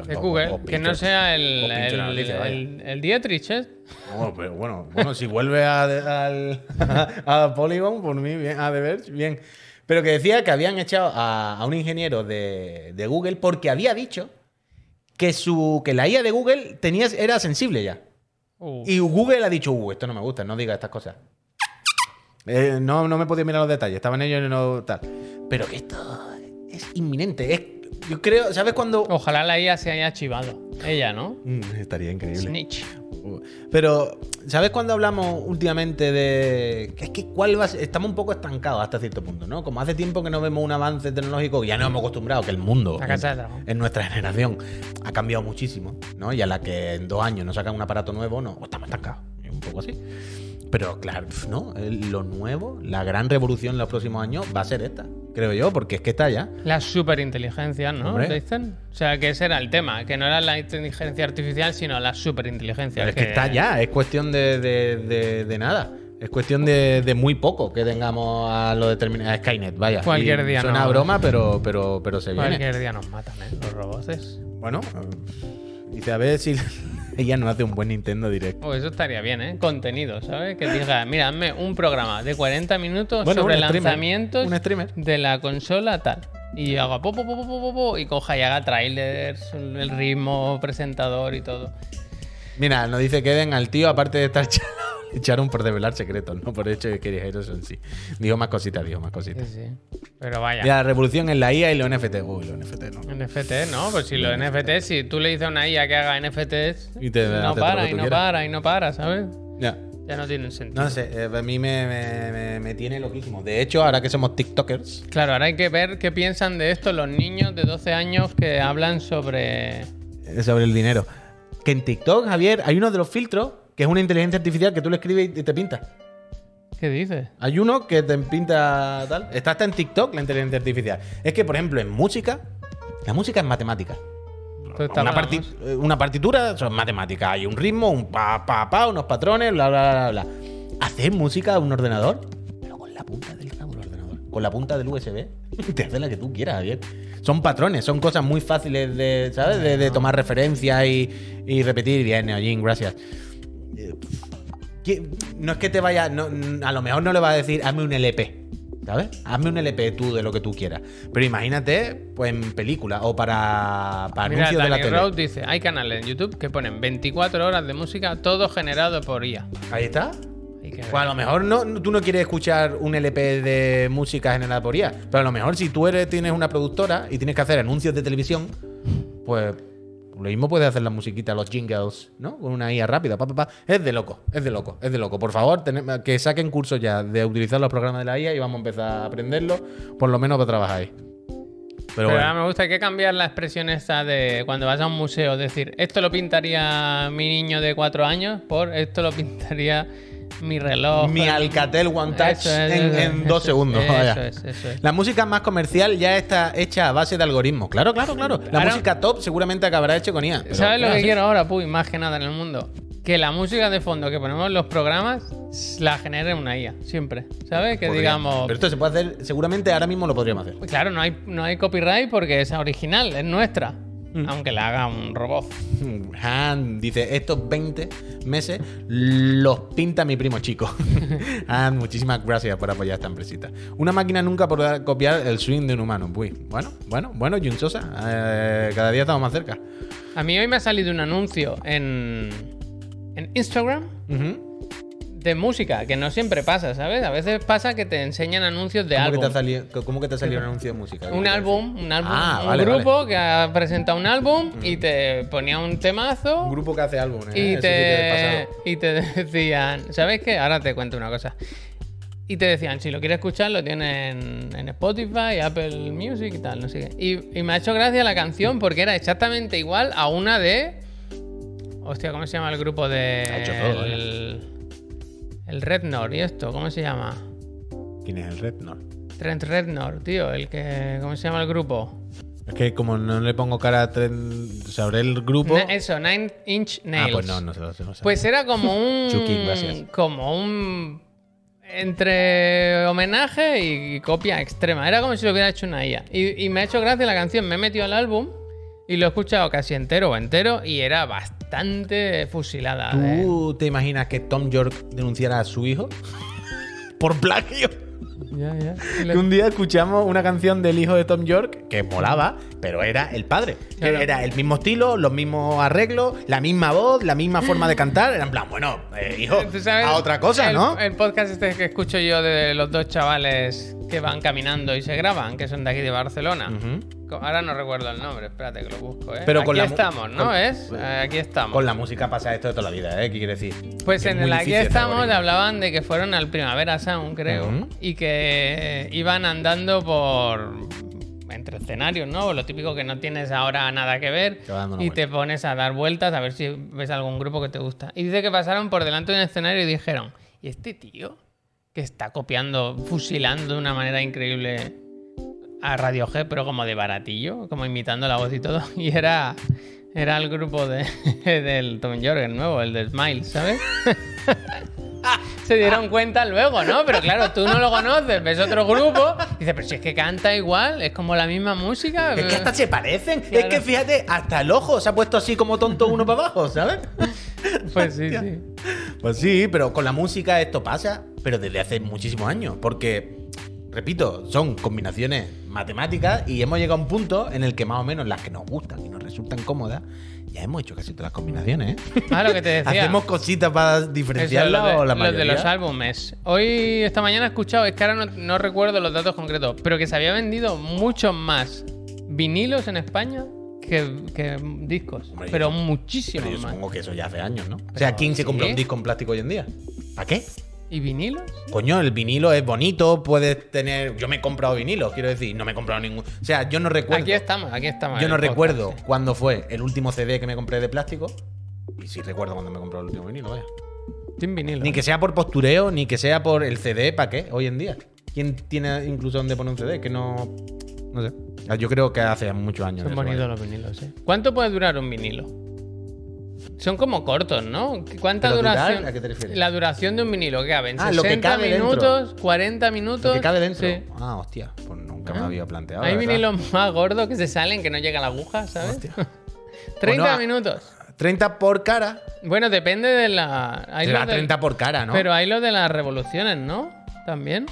Speaker 1: Oh,
Speaker 2: de Google,
Speaker 1: o- o
Speaker 2: que no
Speaker 1: pincho-
Speaker 2: sea el,
Speaker 1: o pincho
Speaker 2: el,
Speaker 1: la noticia, vaya.
Speaker 2: el- el Dietrich, ¿eh?
Speaker 1: No, Oh, pero bueno, bueno, si vuelve a, al- a Polygon, por mí, bien, a The Verge, bien. Pero que decía que habían echado a, a un ingeniero de, de Google porque había dicho que, su, que la IA de Google tenía, era sensible ya.
Speaker 2: Uh.
Speaker 1: Y Google ha dicho, uh, esto no me gusta, no diga estas cosas. Eh, no, no me podía mirar los detalles, estaban ellos en no tal. Pero que esto es inminente. Es, yo creo, ¿sabes cuando...?
Speaker 2: Uh. Ojalá la IA se haya chivado. Ella, ¿no?
Speaker 1: Mm, estaría increíble.
Speaker 2: Snitch.
Speaker 1: Pero, ¿sabes cuando hablamos últimamente de.? que Es que cuál va a ser- Estamos un poco estancados hasta cierto punto, ¿no? Como hace tiempo que no vemos un avance tecnológico, ya nos hemos acostumbrado que el mundo.
Speaker 2: La Casa del Dragón.
Speaker 1: En, en nuestra generación ha cambiado muchísimo, ¿no? Y a la que en dos años nos sacan un aparato nuevo, no, estamos estancados. Es un poco así. Pero claro, pf, ¿no? El- Lo nuevo, la gran revolución en los próximos años va a ser esta, creo yo, porque es que está ya.
Speaker 2: La superinteligencia, ¿no?
Speaker 1: Hombre.
Speaker 2: Dicen. O sea, que ese era el tema, que no era la inteligencia artificial, sino la superinteligencia.
Speaker 1: Pero es que está ya, es cuestión de, de- de- de nada. Es cuestión de, de muy poco que tengamos a lo determinado. A Skynet, vaya.
Speaker 2: Cualquier día,
Speaker 1: Suena
Speaker 2: ¿no?
Speaker 1: a broma, pero, pero, pero se viene.
Speaker 2: Cualquier día nos matan, ¿eh? Los robots.
Speaker 1: Bueno, dice a ver si ella no hace un buen Nintendo directo.
Speaker 2: Pues eso estaría bien, ¿eh? Contenido, ¿sabes? Que diga, mira, hazme un programa de 40 minutos
Speaker 1: Bueno,
Speaker 2: sobre
Speaker 1: un streamer,
Speaker 2: lanzamientos
Speaker 1: un streamer.
Speaker 2: de la consola tal. Y haga po, po, po, po, po, po, po, y coja y haga trailers, el ritmo, presentador y todo.
Speaker 1: Mira, nos dice que den al tío, aparte de estar chalado, le echaron por revelar secretos, no por el hecho de que dijeron eso en sí. Dijo más cositas, dijo más
Speaker 2: Sí,
Speaker 1: cositas.
Speaker 2: sí. Pero vaya.
Speaker 1: Mira, la revolución en la IA y los NFT. Uy, los NFT no.
Speaker 2: NFT, no, pues si los NFT, si tú le dices a una IA que haga NFTs,
Speaker 1: Y te hace todo
Speaker 2: no
Speaker 1: lo que
Speaker 2: para,
Speaker 1: tú
Speaker 2: y no
Speaker 1: quieras.
Speaker 2: para, y no para, ¿sabes?
Speaker 1: Ya.
Speaker 2: Ya no tienen sentido.
Speaker 1: No sé, eh, a mí me, me- me- me tiene loquísimo. De hecho, ahora que somos TikTokers,
Speaker 2: Claro, ahora hay que ver qué piensan de esto los niños de 12 años que hablan sobre.
Speaker 1: eh, sobre el dinero. Que en TikTok, Javier, hay uno de los filtros que es una inteligencia artificial que tú le escribes y te pinta.
Speaker 2: ¿Qué dices?
Speaker 1: Hay uno que te pinta tal. Está hasta en TikTok la inteligencia artificial. Es que, por ejemplo, en música, la música es matemática.
Speaker 2: Entonces,
Speaker 1: Una,
Speaker 2: hablamos.
Speaker 1: parti- eh, una partitura son matemáticas. Hay un ritmo, un pa, pa, pa, unos patrones, bla, bla, bla, bla. Hacer música a un ordenador, pero con la punta del cabo del ordenador, con la punta del USB, te hace la que tú quieras, Javier. Son patrones, son cosas muy fáciles de, ¿sabes? De, de tomar referencias y, y repetir. Bien, Neojin, gracias. Eh, que- No es que te vaya. no- a lo mejor no le vas a decir, hazme un LP. ¿Sabes? Hazme un LP tú de lo que tú quieras. Pero imagínate, pues en película o para, para
Speaker 2: Mira,
Speaker 1: anuncios de la
Speaker 2: Danny
Speaker 1: tele.
Speaker 2: Rose dice: hay canales en YouTube que ponen 24 horas de música, todo generado por IA.
Speaker 1: Ahí está.
Speaker 2: Hay que ver.
Speaker 1: Pues a lo mejor no, no- tú no quieres escuchar un LP de música generada por IA, pero a lo mejor si tú eres, tienes una productora y tienes que hacer anuncios de televisión, pues lo mismo puedes hacer las musiquitas, los jingles, ¿no? Con una IA rápida, pa, pa, pa. Es de loco, es de loco, es de loco. Por favor, tenem- que saquen cursos ya de utilizar los programas de la IA y vamos a empezar a aprenderlos, por lo menos para trabajar ahí. Pero
Speaker 2: Pero
Speaker 1: bueno.
Speaker 2: ahora me gusta hay que cambiar la expresión esta de cuando vas a un museo, decir, esto lo pintaría mi niño de cuatro años por esto lo pintaría mi reloj.
Speaker 1: Mi Alcatel One Touch
Speaker 2: Eso es,
Speaker 1: en,
Speaker 2: eso es,
Speaker 1: en
Speaker 2: eso
Speaker 1: dos
Speaker 2: es,
Speaker 1: segundos.
Speaker 2: Eso
Speaker 1: vaya.
Speaker 2: es, eso es.
Speaker 1: La música más comercial ya está hecha a base de algoritmos. Claro, claro, claro. La
Speaker 2: Ahora-
Speaker 1: música top seguramente acabará hecha con IA. pero-
Speaker 2: ¿Sabes lo
Speaker 1: Claro,
Speaker 2: que
Speaker 1: sí.
Speaker 2: quiero ahora, Puy? Más que nada en el mundo. Que la música de fondo que ponemos en los programas la genere una IA, siempre. ¿Sabes? Que
Speaker 1: Podría.
Speaker 2: digamos...
Speaker 1: Pero esto se puede hacer, seguramente ahora mismo lo podríamos hacer.
Speaker 2: Claro, no hay, no hay copyright porque es original, es nuestra.
Speaker 1: Mm.
Speaker 2: Aunque la haga un robot.
Speaker 1: Hmm, Han dice, estos 20 meses los pinta mi primo chico. Han, muchísimas gracias por apoyar esta empresita. Una máquina nunca podrá copiar el swing de un humano. Uy, bueno, bueno, bueno, Jun Sosa, eh, cada día estamos más cerca.
Speaker 2: A mí hoy me ha salido un anuncio en, en Instagram
Speaker 1: Ujú.
Speaker 2: de música, que no siempre pasa, ¿sabes? A veces pasa que te enseñan anuncios de
Speaker 1: ¿Cómo, que
Speaker 2: álbum.
Speaker 1: te ha salido, ¿Cómo que te ha salido un anuncio de música?
Speaker 2: Un álbum, un álbum,
Speaker 1: Ah,
Speaker 2: un
Speaker 1: vale, Mm.
Speaker 2: grupo que ha presentado un álbum y te ponía un temazo
Speaker 1: Un grupo que hace álbumes. ¿eh?
Speaker 2: y,
Speaker 1: Eso sí que es
Speaker 2: te,
Speaker 1: pasado.
Speaker 2: y te decían, ¿sabes qué? Ahora te cuento una cosa. Y te decían, si lo quieres escuchar, lo tienen en Spotify, Apple Music y tal, no sé qué. Y, y me ha hecho gracia la canción porque era exactamente igual a una de. Hostia, ¿cómo se llama el grupo de.
Speaker 1: Ha hecho todo, ¿eh?
Speaker 2: el, el Rednor y esto, ¿cómo se llama?
Speaker 1: ¿Quién es el Red? No.
Speaker 2: Trent Rednor, tío, el que. ¿Cómo se llama el grupo?
Speaker 1: Es que como no le pongo cara a tren, sabré el grupo.
Speaker 2: Na- eso, Nine Inch
Speaker 1: ah,
Speaker 2: Nails.
Speaker 1: pues no, no se lo sé. no sé.
Speaker 2: Pues era como un.
Speaker 1: Chucky, gracias.
Speaker 2: Como un. Entre homenaje y copia extrema. Era como si lo hubiera hecho una IA. Y, y me ha hecho gracia la canción. Me he metido al álbum y lo he escuchado casi entero o entero y era bastante fusilada. de-
Speaker 1: ¿Tú te imaginas que Tom York denunciara a su hijo por plagio?
Speaker 2: ¿eh? Ya, ya. Le-
Speaker 1: Que un día escuchamos una canción del hijo de Tom York que molaba, pero era el padre. Que
Speaker 2: Claro.
Speaker 1: Era el mismo estilo, los mismos arreglos, la misma voz, la misma forma de cantar. Era en plan, bueno, eh, hijo,
Speaker 2: ¿Tú sabes
Speaker 1: a otra cosa,
Speaker 2: el-
Speaker 1: ¿no?
Speaker 2: El podcast este que escucho yo de los dos chavales que van caminando y se graban, que son de aquí de Barcelona.
Speaker 1: Ujú.
Speaker 2: Co- Ahora no recuerdo el nombre, espérate que lo busco, ¿eh?
Speaker 1: Pero
Speaker 2: aquí
Speaker 1: con la mu-
Speaker 2: estamos, ¿no
Speaker 1: con-
Speaker 2: es? Eh, aquí estamos.
Speaker 1: Con la música pasa esto de toda la vida, ¿eh? ¿Qué quiere decir?
Speaker 2: Pues
Speaker 1: Es
Speaker 2: en
Speaker 1: muy
Speaker 2: el Aquí
Speaker 1: difícil hacer
Speaker 2: estamos
Speaker 1: algoritmo.
Speaker 2: hablaban de que fueron al Primavera Sound, creo,
Speaker 1: Ujú.
Speaker 2: y que iban andando por entre escenarios, ¿no? Lo típico que no tienes ahora nada que ver
Speaker 1: Te va dando una
Speaker 2: y te pones a dar vueltas a ver si ves algún grupo que te gusta. Y dice que pasaron por delante de un escenario y dijeron, ¿y este tío que está copiando, fusilando de una manera increíble a Radio G, pero como de baratillo, como imitando la voz y todo. Y era, era el grupo de, del Tom Jorgen nuevo, el de Smile, ¿sabes? Se dieron cuenta luego, ¿no? Pero claro, tú no lo conoces, ves otro grupo, y dices, pero si es que canta igual, es como la misma música.
Speaker 1: Es que hasta se parecen. Es
Speaker 2: Claro.
Speaker 1: que fíjate, hasta el ojo se ha puesto así como tonto uno para abajo, ¿sabes?
Speaker 2: Pues sí, sí.
Speaker 1: Pues sí, pero con la música esto pasa, pero desde hace muchísimos años, porque, repito, son combinaciones matemáticas y hemos llegado a un punto en el que más o menos las que nos gustan y nos resultan cómodas, ya hemos hecho casi todas las combinaciones, ¿eh?
Speaker 2: Ah, lo que te decía.
Speaker 1: Hacemos cositas para
Speaker 2: Eso, lo
Speaker 1: diferenciarlas
Speaker 2: de,
Speaker 1: o la
Speaker 2: lo de
Speaker 1: mayoría.
Speaker 2: los álbumes. Hoy, esta mañana he escuchado, es que ahora no, no recuerdo los datos concretos, pero que se había vendido muchos más vinilos en España que, que discos.
Speaker 1: Hombre,
Speaker 2: pero
Speaker 1: yo-
Speaker 2: muchísimos
Speaker 1: Pero yo
Speaker 2: más.
Speaker 1: supongo que eso ya hace años, ¿no? o sea, ¿quién se
Speaker 2: sí.
Speaker 1: compra un disco en plástico hoy en día? ¿Para qué?
Speaker 2: ¿Y vinilos?
Speaker 1: Coño, el vinilo es bonito, puedes tener. Yo me he comprado vinilos, quiero decir, no me he comprado ningún. O sea, yo no recuerdo.
Speaker 2: Aquí estamos, aquí estamos.
Speaker 1: Yo
Speaker 2: en
Speaker 1: no
Speaker 2: el podcast,
Speaker 1: recuerdo
Speaker 2: sí.
Speaker 1: cuándo fue el último CD que me compré de plástico. Y sí recuerdo cuando me compré el último vinilo, vaya.
Speaker 2: Sin vinilo.
Speaker 1: Ni que sea por postureo, ni que sea por el CD, ¿para qué? Hoy en día. ¿Quién tiene incluso dónde poner un CD? Que no. No sé. Ah, Yo creo que hace muchos años.
Speaker 2: Son
Speaker 1: eso, vaya.
Speaker 2: bonitos los vinilos, ¿eh? ¿Cuánto puede durar un vinilo? Son como cortos, ¿no? ¿Cuánta
Speaker 1: ¿Pero durar?
Speaker 2: duración?
Speaker 1: ¿A qué te refieres?
Speaker 2: La duración de un vinilo, ¿qué caben?
Speaker 1: Ah,
Speaker 2: 60
Speaker 1: lo que cabe dentro.
Speaker 2: minutos, 40 minutos.
Speaker 1: Lo que cabe dentro.
Speaker 2: Sí.
Speaker 1: Ah, hostia. Pues nunca me
Speaker 2: Ah.
Speaker 1: lo había planteado.
Speaker 2: Hay
Speaker 1: la verdad.
Speaker 2: vinilos más gordos que se salen, que no llega la aguja, ¿sabes?
Speaker 1: Hostia. ah.
Speaker 2: 30
Speaker 1: Bueno, a-
Speaker 2: minutos.
Speaker 1: 30 por cara.
Speaker 2: Bueno, depende de la. hay
Speaker 1: Será
Speaker 2: lo de-
Speaker 1: 30 por cara, ¿no?
Speaker 2: Pero hay lo de las revoluciones, ¿no? También.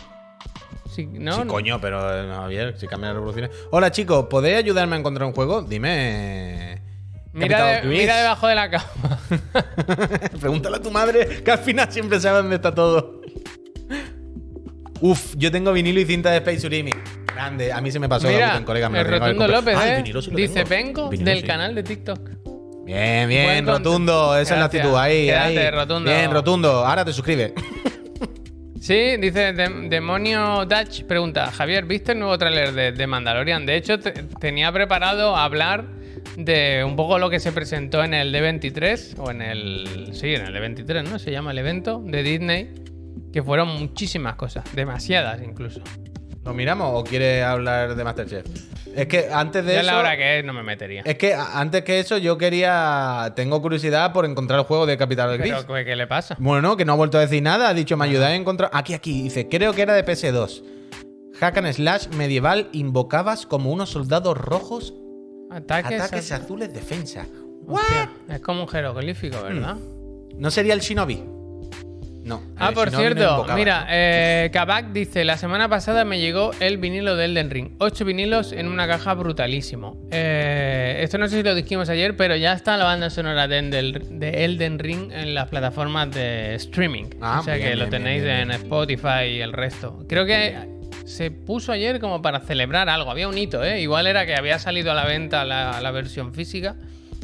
Speaker 2: Sí,
Speaker 1: Sí,
Speaker 2: no, no.
Speaker 1: coño, pero eh, no, Javier, si cambian las revoluciones. Hola, chicos, ¿podéis ayudarme a encontrar un juego? Dime.
Speaker 2: Mira,
Speaker 1: Capitán
Speaker 2: de-
Speaker 1: Luis.
Speaker 2: mira debajo de la cama.
Speaker 1: Pregúntale a tu madre, que al final siempre sabe dónde está todo. Uf, yo tengo vinilo y cinta de Space Surimi. Grande, a mí se me pasó la puta
Speaker 2: mira,
Speaker 1: en colega. Me
Speaker 2: el
Speaker 1: lo tengo que
Speaker 2: Rotundo
Speaker 1: comprar.
Speaker 2: López,
Speaker 1: Ah, el
Speaker 2: ¿eh?
Speaker 1: vinilo sí lo
Speaker 2: Dice,
Speaker 1: tengo.
Speaker 2: vengo
Speaker 1: Vinilo
Speaker 2: del
Speaker 1: sí.
Speaker 2: canal de TikTok.
Speaker 1: Bien,
Speaker 2: Buen
Speaker 1: bien,
Speaker 2: conte-
Speaker 1: rotundo. Esa es la
Speaker 2: Gracias.
Speaker 1: actitud. Ahí,
Speaker 2: Quédate,
Speaker 1: ahí.
Speaker 2: Rotundo.
Speaker 1: Bien, rotundo. Ahora te suscribes.
Speaker 2: Sí, dice Dem- Demonio Dutch pregunta, Javier, ¿viste el nuevo tráiler de, de Mandalorian? De hecho, te- tenía preparado hablar de un poco lo que se presentó en el D23, o en el... Sí, en el D23, ¿no? Se llama el evento de Disney, que fueron muchísimas cosas, demasiadas incluso.
Speaker 1: ¿Lo miramos o quieres hablar de Masterchef? Es que antes de
Speaker 2: Ya es
Speaker 1: eso.
Speaker 2: la hora que es, no me metería.
Speaker 1: Es que a- antes que eso, yo quería. Tengo curiosidad por encontrar el juego de Capital del Gris.
Speaker 2: Pero, ¿qué, qué le pasa?
Speaker 1: Bueno, no, que no ha vuelto a decir nada. Ha dicho, me ayudáis a encontrar. Aquí, aquí. Dice, creo que era de PS2. Hack and Slash medieval invocabas como unos soldados rojos
Speaker 2: Ataques...
Speaker 1: ataques azules defensa. ¿What?
Speaker 2: Hostia, es como un jeroglífico, ¿verdad?
Speaker 1: ¿No sería el Shinobi? No.
Speaker 2: Ah,
Speaker 1: el
Speaker 2: por
Speaker 1: Shinobi no
Speaker 2: cierto,
Speaker 1: invocabas,
Speaker 2: mira,
Speaker 1: ¿no?
Speaker 2: eh, Kabak dice, la semana pasada me llegó el vinilo de Elden Ring. Ocho vinilos en una caja brutalísimo. Eh, esto no sé si lo dijimos ayer, pero ya está la banda sonora de Elden, de Elden Ring en las plataformas de streaming.
Speaker 1: Ah,
Speaker 2: o sea
Speaker 1: bien,
Speaker 2: que lo
Speaker 1: bien, bien,
Speaker 2: tenéis
Speaker 1: bien, bien.
Speaker 2: en Spotify y el resto. Creo que se puso ayer como para celebrar algo. Había un hito, ¿eh? Igual era que había salido a la venta la, la versión física.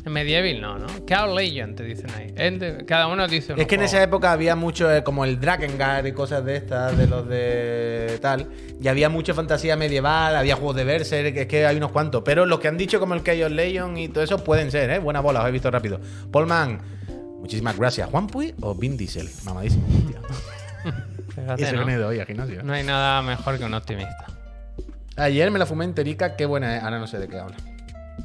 Speaker 2: En Medieval no, ¿no? Cow Legend te dicen ahí. Ente- Cada uno dice
Speaker 1: Es que en
Speaker 2: ese
Speaker 1: esa época había mucho, eh, como el Drakengard y cosas de estas, de los de tal. Y había mucha fantasía medieval, había juegos de Berserk, es que hay unos cuantos. Pero los que han dicho, como el Chaos Legion y todo eso, pueden ser, ¿eh? Buena bola, os he visto rápido. Polman, muchísimas gracias. ¿Juan Puy o Vin Diesel? Mamadísimo, hostia.
Speaker 2: Fíjate,
Speaker 1: Eso
Speaker 2: ¿no?
Speaker 1: que me doy al gimnasio.
Speaker 2: No hay nada mejor que un optimista.
Speaker 1: Ayer me la fumé enterica, qué buena es. Ahora no sé de qué habla.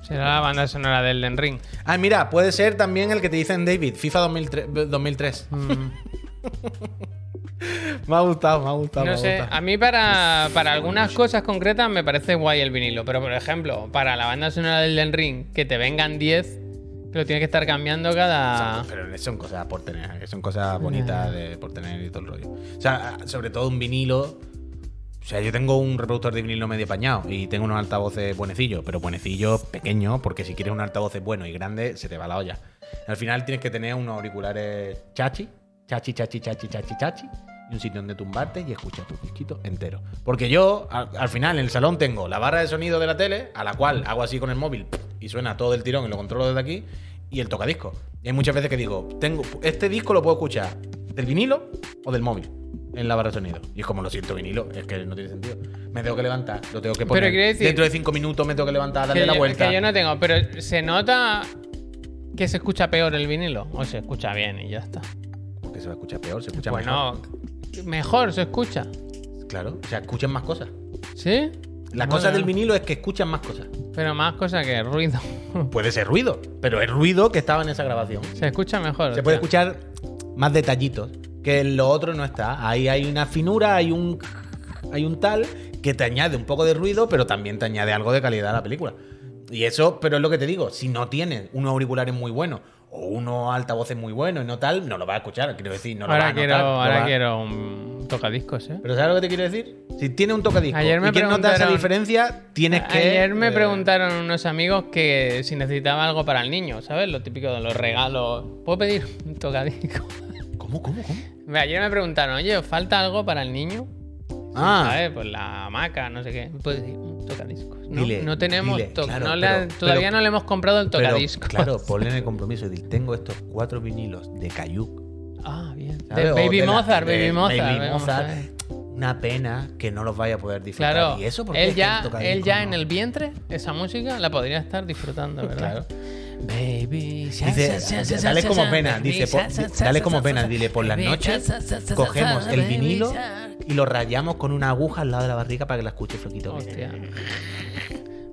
Speaker 2: Será la banda sonora del Den Ring.
Speaker 1: Ah, mira, puede ser también el que te dicen David, FIFA 2003. 2003.
Speaker 2: Mm,
Speaker 1: Me ha gustado, me ha gustado. me
Speaker 2: No
Speaker 1: ha
Speaker 2: sé,
Speaker 1: gustado.
Speaker 2: a mí para, para algunas cosas concretas me parece guay el vinilo, pero por ejemplo, para la banda sonora del Den Ring, que te vengan 10, que lo tienes que estar cambiando cada...
Speaker 1: Pero son cosas por tener, son cosas bonitas de, por tener y todo el rollo. O sea, sobre todo un vinilo sea, yo tengo un reproductor de vinilo medio pañado y tengo unos altavoces buenecillos, pero buenecillos pequeños, porque si quieres un altavoz bueno y grande, se te va la olla. Al final tienes que tener unos auriculares chachi, chachi, chachi, chachi, chachi, chachi, y un sitio donde tumbarte y escuchar tu disquito entero. Porque yo, al, al final, en el salón tengo la barra de sonido de la tele, a la cual hago así con el móvil y suena todo el tirón y lo controlo desde aquí, y el tocadisco. Y hay muchas veces que digo, tengo este disco lo puedo escuchar del vinilo o del móvil en la barra de sonido. Y es como lo siento vinilo, es que no tiene sentido. Me tengo que levantar, lo tengo que poner.
Speaker 2: Pero quiere decir-
Speaker 1: Dentro de cinco minutos me tengo que levantar, darle
Speaker 2: que
Speaker 1: la
Speaker 2: yo-
Speaker 1: vuelta.
Speaker 2: que yo no tengo, pero se nota que se escucha peor el vinilo. O se escucha bien y ya está.
Speaker 1: Porque se va a escuchar peor, se escucha mejor.
Speaker 2: Bueno, mejor se escucha.
Speaker 1: Claro, o sea, escuchan más cosas.
Speaker 2: ¿Sí?
Speaker 1: La
Speaker 2: Madre
Speaker 1: cosa del
Speaker 2: mía.
Speaker 1: vinilo es que escuchan más cosas.
Speaker 2: Pero más cosa que ruido.
Speaker 1: Puede ser ruido, pero es ruido que estaba en esa grabación.
Speaker 2: se escucha mejor.
Speaker 1: Se
Speaker 2: o
Speaker 1: puede
Speaker 2: sea.
Speaker 1: escuchar más detallitos, que en lo otro no está. Ahí hay una finura, hay un hay un tal que te añade un poco de ruido, pero también te añade algo de calidad a la película. Y eso, pero es lo que te digo, si no tienes unos auriculares muy buenos o unos altavoces muy buenos y no tal, no lo vas a escuchar, quiero decir, no lo vas
Speaker 2: ahora
Speaker 1: a
Speaker 2: quiero,
Speaker 1: notar, lo
Speaker 2: ahora
Speaker 1: vas-
Speaker 2: quiero un tocadiscos, ¿eh?
Speaker 1: Pero ¿sabes lo que te quiero decir? Si tiene un tocadiscos
Speaker 2: Ayer me
Speaker 1: y quieres notar esa
Speaker 2: preguntaron-
Speaker 1: diferencia, tienes que
Speaker 2: Ayer me
Speaker 1: eh,
Speaker 2: preguntaron unos amigos que si necesitaba algo para el niño, ¿sabes? Lo típico de los regalos. ¿Puedo pedir un tocadisco?
Speaker 1: ¿Cómo, cómo, cómo?
Speaker 2: Ayer me preguntaron, oye, ¿os falta algo para el niño?
Speaker 1: Ah,
Speaker 2: ¿Sabes? Pues la hamaca, no sé qué. Puedes decir, un tocadiscos. No,
Speaker 1: Dile,
Speaker 2: no tenemos.
Speaker 1: dile,
Speaker 2: to-
Speaker 1: claro,
Speaker 2: no le ha-
Speaker 1: pero-
Speaker 2: todavía
Speaker 1: pero-
Speaker 2: no le hemos comprado el
Speaker 1: pero,
Speaker 2: tocadiscos.
Speaker 1: claro, ponle en el compromiso y di, tengo estos cuatro vinilos de Cayuc
Speaker 2: Ah, bien.
Speaker 1: ¿sabes?
Speaker 2: De
Speaker 1: O
Speaker 2: Baby
Speaker 1: de la-
Speaker 2: Mozart,
Speaker 1: de
Speaker 2: Baby Mozart.
Speaker 1: Baby
Speaker 2: venga, vamos a
Speaker 1: Mozart.
Speaker 2: ver.
Speaker 1: Una pena que no los vaya a poder disfrutar.
Speaker 2: Claro,
Speaker 1: ¿Y eso por qué es
Speaker 2: él
Speaker 1: que
Speaker 2: ya,
Speaker 1: el tocadiscos
Speaker 2: él ya
Speaker 1: no?
Speaker 2: en el vientre, esa música la podría estar disfrutando, ¿verdad? Baby, sa,
Speaker 1: Dice,
Speaker 2: sa, sa, sa,
Speaker 1: dale
Speaker 2: sa,
Speaker 1: como
Speaker 2: sa,
Speaker 1: pena,
Speaker 2: baby,
Speaker 1: dice,
Speaker 2: sa,
Speaker 1: po-
Speaker 2: sa, sa,
Speaker 1: dale
Speaker 2: sa,
Speaker 1: como
Speaker 2: sa,
Speaker 1: pena,
Speaker 2: sa,
Speaker 1: dile, por las
Speaker 2: baby,
Speaker 1: noches
Speaker 2: sa, sa, sa, sa,
Speaker 1: cogemos
Speaker 2: sa,
Speaker 1: el
Speaker 2: baby,
Speaker 1: vinilo
Speaker 2: sa.
Speaker 1: y lo rayamos con una aguja al lado de la barriga para que la escuche floquito.
Speaker 2: Hostia.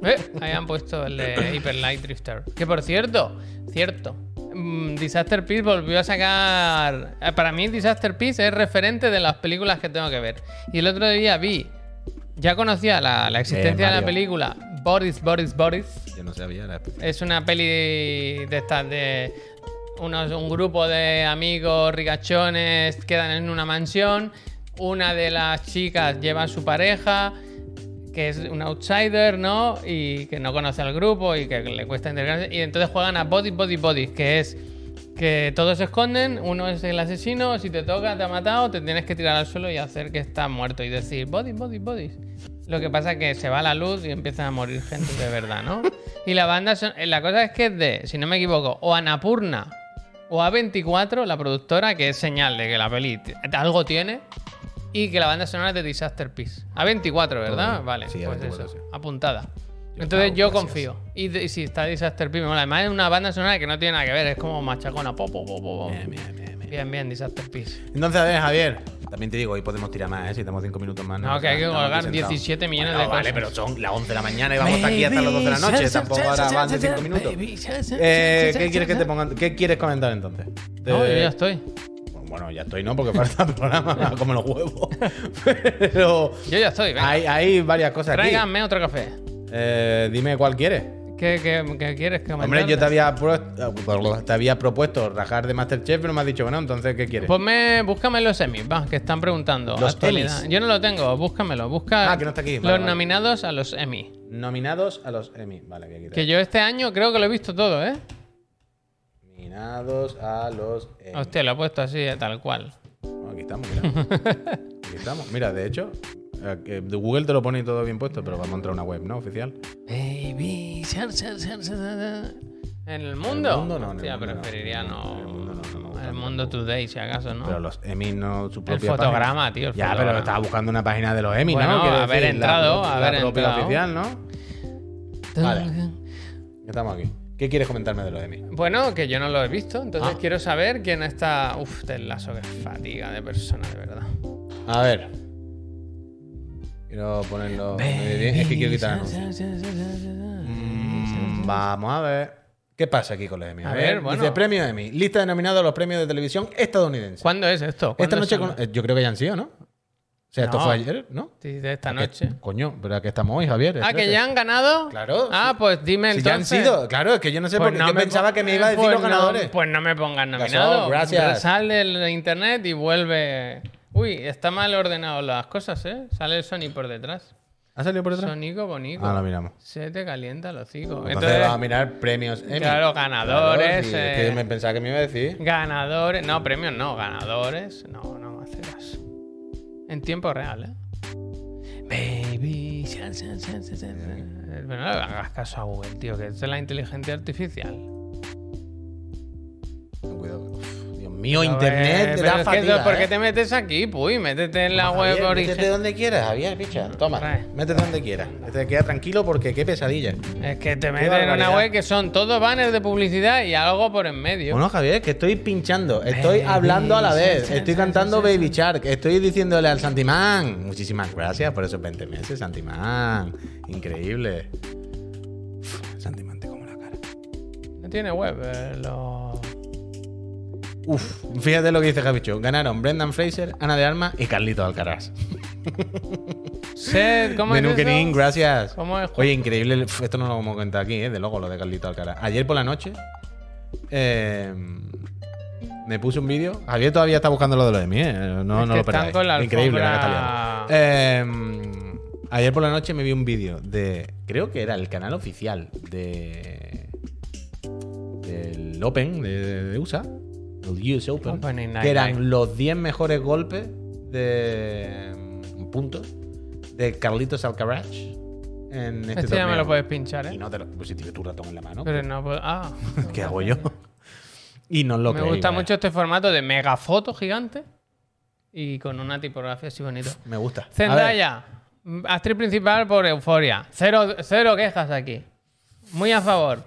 Speaker 2: Eh, ahí han puesto el de Hyper Light Drifter. Que por cierto, cierto. mm, Disaster Peace volvió a sacar. eh, Para mí, Disaster Peace es referente de las películas que tengo que ver. Y el otro día vi. Ya conocía la, la existencia de la
Speaker 1: Mario.
Speaker 2: película Boris, Boris, Boris.
Speaker 1: Yo no sabía la
Speaker 2: Es una peli de estas de unos, un grupo de amigos ricachones quedan en una mansión. Una de las chicas lleva a su pareja, que es un outsider, ¿no? Y que no conoce al grupo y que le cuesta integrarse. Y entonces juegan a Body, Body, Body, que es que todos se esconden, uno es el asesino, si te toca, te ha matado, te tienes que tirar al suelo y hacer que está muerto y decir body, body, body. Lo que pasa es que se va la luz y empieza a morir gente de verdad, ¿no? Y la banda, son- eh, la cosa es que es de, si no me equivoco, o Anapurna o A24, la productora, que es señal de que la peli t- algo tiene y que la banda sonora es de Disaster Peace. A24, ¿verdad?
Speaker 1: Todo bien.
Speaker 2: Vale,
Speaker 1: Sí,
Speaker 2: pues
Speaker 1: A24,
Speaker 2: eso,
Speaker 1: sí.
Speaker 2: apuntada.
Speaker 1: Yo-
Speaker 2: Entonces
Speaker 1: Au,
Speaker 2: yo
Speaker 1: gracias.
Speaker 2: confío. Y, de- y si está Disaster Peace, me mola. Además es una banda sonora que no tiene nada que ver, es como machacona. Po, po, po, po, po. Bien, bien, Disaster Peace.
Speaker 1: Entonces, a ver, Javier, también te digo, hoy podemos tirar más, ¿eh? Si tenemos cinco minutos más.
Speaker 2: No, que hay que
Speaker 1: Estamos
Speaker 2: colgar
Speaker 1: aquí sentados.
Speaker 2: 17 millones
Speaker 1: Bueno,
Speaker 2: de
Speaker 1: Vale, pero
Speaker 2: cosas.
Speaker 1: son las 11 de la mañana y vamos hasta aquí hasta las 12 de la noche. Tampoco ahora van de 5 minutos. Eh, ¿Qué quieres que te pongan? ¿Qué quieres comentar entonces? Te-
Speaker 2: No, yo ya estoy.
Speaker 1: Bueno, ya estoy, ¿no? Porque falta el programa como los huevos. Pero
Speaker 2: Yo ya estoy, venga.
Speaker 1: hay, hay varias cosas aquí.
Speaker 2: Tráiganme otro café.
Speaker 1: Eh, dime cuál quieres.
Speaker 2: ¿Qué, qué, qué quieres que me
Speaker 1: Hombre, yo te había, pro- te había propuesto rajar de Masterchef, pero me has dicho que no, entonces ¿qué quieres?
Speaker 2: Ponme, búscame los Emmys, va, que están preguntando.
Speaker 1: Los
Speaker 2: Actualidad.
Speaker 1: Emmys.
Speaker 2: Yo no lo tengo, búscamelo. Busca
Speaker 1: Ah, que no está aquí,
Speaker 2: los
Speaker 1: vale, vale.
Speaker 2: nominados a los Emmy.
Speaker 1: Nominados a los Emmy. Vale, voy a quitar.
Speaker 2: Que yo este año creo que lo he visto todo, ¿eh?
Speaker 1: Nominados a los Emmy.
Speaker 2: Hostia, lo he puesto así, eh, tal cual.
Speaker 1: Bueno, aquí estamos, mira. Aquí estamos. Mira, de hecho, eh, que de Google te lo pone todo bien puesto, pero va a encontrar una web, ¿no? Oficial.
Speaker 2: Baby, sar, sar, sar, sar, sar. ¿En el
Speaker 1: En
Speaker 2: mundo?
Speaker 1: el mundo no, en el
Speaker 2: Hostia,
Speaker 1: mundo no.
Speaker 2: preferiría no.
Speaker 1: En el mundo no, no me gusta
Speaker 2: En el mundo today, si acaso, ¿no?
Speaker 1: Pero los Emmy no su
Speaker 2: Ah. el
Speaker 1: propia página.
Speaker 2: fotograma, tío. el
Speaker 1: Ya, pero
Speaker 2: fotograma.
Speaker 1: estaba buscando una página de los Emmy,
Speaker 2: Bueno,
Speaker 1: ¿no? Quiero
Speaker 2: haber entrado,
Speaker 1: la,
Speaker 2: haber
Speaker 1: la propia
Speaker 2: entrado.
Speaker 1: oficial, ¿no? Vale. Estamos aquí. ¿Qué quieres comentarme de los Emmy?
Speaker 2: Bueno, que yo no lo he visto, entonces
Speaker 1: Ah.
Speaker 2: quiero saber quién está. Uf, te lazo que fatiga de persona, de verdad.
Speaker 1: A ver. Quiero ponerlo. medio bien. Es que quiero quitar anuncios. Mm, Vamos a ver. ¿Qué pasa aquí con los Emmy?
Speaker 2: A ver, bueno.
Speaker 1: Dice premio Emmy. Lista de nominados a los premios de televisión estadounidense.
Speaker 2: ¿Cuándo es esto?
Speaker 1: Esta
Speaker 2: ¿Cuándo
Speaker 1: noche,
Speaker 2: son?
Speaker 1: con- eh, yo creo que ya han sido, ¿no? O sea, esto
Speaker 2: No.
Speaker 1: fue ayer, ¿no?
Speaker 2: Sí, de esta
Speaker 1: Que-
Speaker 2: noche.
Speaker 1: Coño, pero aquí estamos hoy, Javier.
Speaker 2: Ah, que
Speaker 1: Espérate.
Speaker 2: ya han ganado.
Speaker 1: Claro,
Speaker 2: Ah, pues dime
Speaker 1: Si
Speaker 2: entonces. Pues
Speaker 1: ya han sido, claro, es que yo no sé por qué. Yo
Speaker 2: me
Speaker 1: pensaba
Speaker 2: pon-
Speaker 1: que me iba a decir
Speaker 2: pues
Speaker 1: los
Speaker 2: no-
Speaker 1: ganadores.
Speaker 2: pues no me pongas
Speaker 1: Gasol,
Speaker 2: nominado.
Speaker 1: gracias.
Speaker 2: Sal del internet y vuelve Uy, está mal ordenado las cosas, ¿eh? Sale el Sony por detrás.
Speaker 1: ¿Ha salido por detrás?
Speaker 2: Sonico bonico.
Speaker 1: Ah, lo miramos.
Speaker 2: Se te calienta el hocico.
Speaker 1: Entonces,
Speaker 2: Entonces,
Speaker 1: vamos a mirar premios. Emmy.
Speaker 2: Claro, ganadores,
Speaker 1: sí, es que
Speaker 2: eh.
Speaker 1: me pensaba que me iba a decir.
Speaker 2: ganadores. No, premios no, ganadores. No, no, hacerlas. En tiempo real, ¿eh? Baby. shan, shan, shan, shan, shan. Pero no le hagas caso a Google, tío, que esto es la inteligencia artificial.
Speaker 1: Cuidado. Uf, Dios mío,
Speaker 2: A
Speaker 1: internet
Speaker 2: ver,
Speaker 1: te
Speaker 2: Pues, pero
Speaker 1: da
Speaker 2: es que eso,
Speaker 1: fatiga,
Speaker 2: ¿Por qué
Speaker 1: eh.
Speaker 2: te metes aquí? Uy, métete en la
Speaker 1: Javier,
Speaker 2: web
Speaker 1: Métete
Speaker 2: original.
Speaker 1: donde quieras, Javier, picha. Toma,
Speaker 2: Trae.
Speaker 1: métete donde quieras. Te queda tranquilo porque qué pesadilla.
Speaker 2: Es que te metes en una
Speaker 1: barbaridad.
Speaker 2: web que son todos banners de publicidad y algo por en medio.
Speaker 1: Bueno, Javier, que estoy pinchando, estoy
Speaker 2: Baby
Speaker 1: hablando a la vez,
Speaker 2: Shark,
Speaker 1: estoy
Speaker 2: Shark,
Speaker 1: cantando
Speaker 2: Shark,
Speaker 1: Baby Shark, estoy diciéndole al Santimán. Muchísimas gracias por esos 20 meses, Santimán. Increíble. Uf, Santimán, te como la cara.
Speaker 2: No tiene web, eh, lo-
Speaker 1: Uf, fíjate lo que dice Javicho. Ganaron Brendan Fraser, Ana de Armas y Carlito Alcaraz.
Speaker 2: Sed, ¿cómo es
Speaker 1: Menú
Speaker 2: eso?
Speaker 1: Kenin, gracias.
Speaker 2: ¿Cómo es?
Speaker 1: Oye, increíble. el- Esto no lo hemos comentado aquí, ¿eh? De luego, lo de Carlito Alcaraz. Ayer por la noche eh, me puse un vídeo. Javier todavía está buscando lo de lo de mí, ¿eh? No,
Speaker 2: Es
Speaker 1: no
Speaker 2: que
Speaker 1: lo
Speaker 2: están
Speaker 1: perdáis.
Speaker 2: con la
Speaker 1: Increíble, la
Speaker 2: alfombra-
Speaker 1: Eh, ayer por la noche me vi un vídeo de. Creo que era el canal oficial de. del Open de, de USA. El US Open.
Speaker 2: Opening Night
Speaker 1: que
Speaker 2: Live.
Speaker 1: eran los 10 mejores golpes de. mm, puntos de Carlitos Alcaraz en este
Speaker 2: Este ya me
Speaker 1: torneo.
Speaker 2: lo puedes pinchar,
Speaker 1: Y
Speaker 2: ¿eh?
Speaker 1: no te lo. Pues si tienes tu ratón en la mano.
Speaker 2: Pero no puedo. Ah.
Speaker 1: ¿Qué hago yo? y no lo
Speaker 2: me
Speaker 1: creí,
Speaker 2: gusta
Speaker 1: vaya.
Speaker 2: mucho este formato de megafoto gigante y con una tipografía así bonita.
Speaker 1: Me gusta. A ver,
Speaker 2: Zendaya, actriz principal por Euforia. Cero, cero quejas aquí. Muy a favor.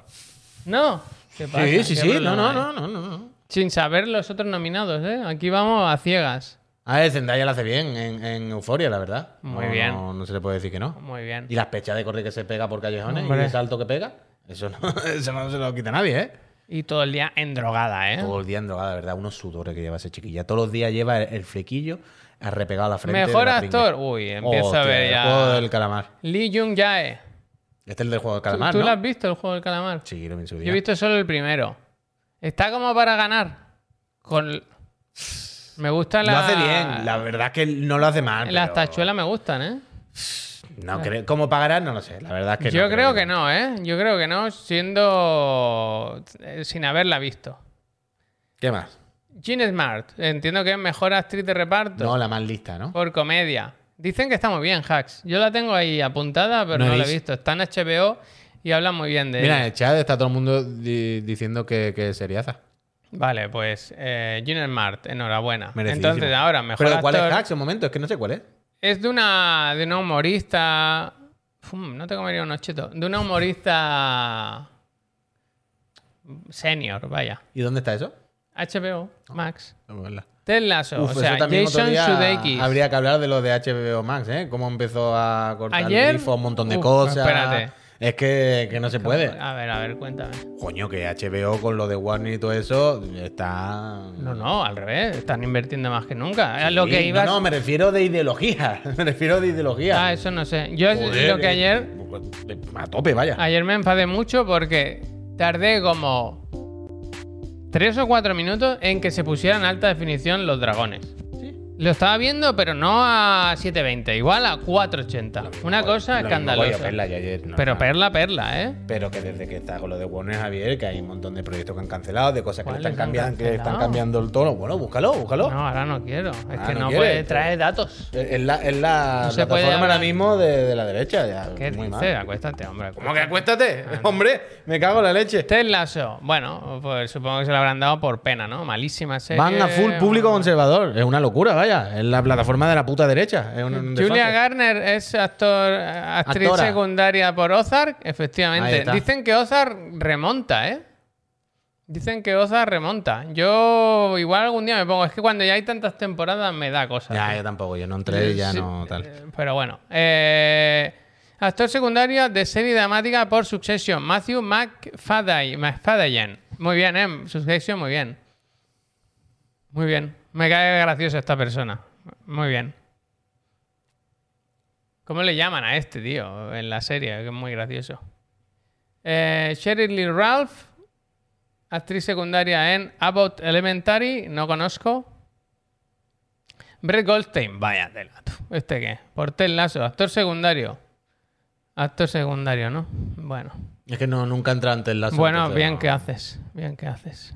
Speaker 2: ¿No? ¿Qué pasa?
Speaker 1: Sí, sí,
Speaker 2: ¿Qué
Speaker 1: sí. No,
Speaker 2: problema
Speaker 1: no,
Speaker 2: hay?
Speaker 1: no, no, no, no.
Speaker 2: Sin saber los otros nominados, ¿eh? Aquí vamos a ciegas.
Speaker 1: A ver, Zendaya la hace bien en, en Euforia, la verdad.
Speaker 2: Muy
Speaker 1: No-
Speaker 2: bien.
Speaker 1: No, no se le puede decir que no.
Speaker 2: Muy bien.
Speaker 1: Y las pechas de correr que se pega por callejones
Speaker 2: Hombre.
Speaker 1: y el salto que pega. Eso no, eso no se lo quita nadie, ¿eh?
Speaker 2: Y todo el día endrogada, ¿eh?
Speaker 1: Todo el día en drogada, de verdad. Unos sudores que lleva ese chiquilla. Todos los días lleva el, el flequillo arrepegado a la frente. de
Speaker 2: Mejor
Speaker 1: la
Speaker 2: actor.
Speaker 1: pringue.
Speaker 2: Uy, empiezo
Speaker 1: Hostia,
Speaker 2: a ver
Speaker 1: El juego
Speaker 2: ya.
Speaker 1: del calamar.
Speaker 2: Lee Jung Jae.
Speaker 1: Este es el del juego del
Speaker 2: ¿Tú,
Speaker 1: calamar,
Speaker 2: tú
Speaker 1: ¿no?
Speaker 2: lo has visto el juego del calamar?
Speaker 1: Sí, lo vi en su
Speaker 2: Yo
Speaker 1: día.
Speaker 2: he visto solo el primero. Está como para ganar. Con... Me gusta la.
Speaker 1: Lo hace bien. La verdad es que no lo hace mal.
Speaker 2: Las
Speaker 1: pero-
Speaker 2: tachuelas me gustan, ¿eh?
Speaker 1: No creo. ¿Cómo pagarás? No lo sé. La verdad es que
Speaker 2: Yo
Speaker 1: no.
Speaker 2: creo que no, ¿eh? Yo creo que no, siendo. eh, sin haberla visto.
Speaker 1: ¿Qué más?
Speaker 2: Jean Smart, entiendo que es mejor actriz de reparto
Speaker 1: No, la más lista, ¿no?
Speaker 2: por comedia. Dicen que está muy bien, Hacks. Yo la tengo ahí apuntada, pero
Speaker 1: No
Speaker 2: no,
Speaker 1: he
Speaker 2: la he
Speaker 1: visto.
Speaker 2: visto. Está en HBO y hablan muy bien de
Speaker 1: Mira, eh. en
Speaker 2: ella.
Speaker 1: el chat está todo el mundo di- diciendo que, que es seriaza.
Speaker 2: Vale, pues eh, Jean Smart, enhorabuena.
Speaker 1: Merecidísimo.
Speaker 2: Entonces, ahora, mejor
Speaker 1: Pero ¿cuál es
Speaker 2: actor-
Speaker 1: Hacks? Un momento, es que no sé cuál es.
Speaker 2: Es de una, de una humorista. Fum, no te comería unos chetos. De una humorista. Senior, vaya.
Speaker 1: ¿Y dónde está eso?
Speaker 2: HBO, Max.
Speaker 1: No, verdad.
Speaker 2: Ted Lasso,
Speaker 1: Ah. Uf,
Speaker 2: o sea,
Speaker 1: eso también otro
Speaker 2: Jason
Speaker 1: día
Speaker 2: Sudeikis.
Speaker 1: Habría que hablar de lo de HBO Max, ¿eh? Cómo empezó a cortar
Speaker 2: Ayer-
Speaker 1: el grifo, un montón de
Speaker 2: Uf,
Speaker 1: cosas.
Speaker 2: espérate.
Speaker 1: Es que, que no se puede.
Speaker 2: A ver, a ver, cuéntame.
Speaker 1: Coño, que HBO con lo de Warner y todo eso está.
Speaker 2: No, no, al revés. Están invirtiendo más que nunca. A Lo
Speaker 1: Sí,
Speaker 2: que ibas...
Speaker 1: No, no, me refiero de ideología. Me refiero de ideología.
Speaker 2: Ah, eso no sé. Yo es
Speaker 1: Joder,
Speaker 2: lo que
Speaker 1: eh,
Speaker 2: ayer... Ah,
Speaker 1: A tope, vaya.
Speaker 2: Ayer me enfadé mucho porque tardé como... Tres o cuatro minutos en que se pusieran en alta definición los dragones. Lo estaba viendo, pero no a 720, igual a 480. Una cosa
Speaker 1: Lo mismo voy a
Speaker 2: escandalosa.
Speaker 1: verla y ayer, no,
Speaker 2: Pero
Speaker 1: no.
Speaker 2: perla, perla, ¿eh?
Speaker 1: Pero que desde que está con lo de Warner Javier, que hay un montón de proyectos que han cancelado, de cosas que le
Speaker 2: ¿Cuáles
Speaker 1: están
Speaker 2: han
Speaker 1: cambiando, que le están
Speaker 2: cancelado?
Speaker 1: cambiando el tono. Bueno, búscalo, búscalo.
Speaker 2: No, ahora no quiero. Es
Speaker 1: Oh. Ah,
Speaker 2: que
Speaker 1: no
Speaker 2: no,
Speaker 1: quieres,
Speaker 2: puede
Speaker 1: pero-
Speaker 2: traer datos.
Speaker 1: Es la, es la
Speaker 2: No se puede
Speaker 1: plataforma
Speaker 2: hablar.
Speaker 1: ahora mismo de, de la derecha. Ya,
Speaker 2: ¿Qué Ah,
Speaker 1: muy
Speaker 2: dices?
Speaker 1: mal.
Speaker 2: Acuéstate, hombre.
Speaker 1: ¿Cómo que acuéstate? Hombre, me cago en la leche.
Speaker 2: Ted Lasso. Bueno, pues supongo que se lo habrán dado por pena, ¿no? Malísima serie.
Speaker 1: Van a full público conservador. Es una locura, vaya. Es la plataforma de la puta derecha. Es un- un
Speaker 2: Julia
Speaker 1: desfase.
Speaker 2: Garner es actor, actriz
Speaker 1: Actora.
Speaker 2: secundaria por Ozark,
Speaker 1: Ahí
Speaker 2: efectivamente.
Speaker 1: está.
Speaker 2: Dicen que Ozark remonta, ¿eh? Dicen que Ozark remonta. Yo igual algún día me pongo. Es que cuando ya hay tantas temporadas me da cosas.
Speaker 1: Ya, yo tampoco. Yo no entré y ya no tal.
Speaker 2: Eh, Pero bueno. Eh, actor secundario de serie dramática por Succession, Matthew McFadden. McFadden. Muy bien, ¿eh? Succession, muy bien. Muy bien. Me cae graciosa esta persona. Muy bien. ¿Cómo le llaman a este, tío? En la serie, que es muy gracioso. Eh, Sheryl Lee Ralph, actriz secundaria en Abbott Elementary, no conozco. Brett Goldstein, vaya tela. tú. ¿Este qué? Portel Lasso, actor secundario. Actor secundario, ¿no? Bueno.
Speaker 1: Es que no, nunca entra antes el lazo.
Speaker 2: Bueno,
Speaker 1: entonces,
Speaker 2: bien
Speaker 1: no.
Speaker 2: que haces. Bien que haces.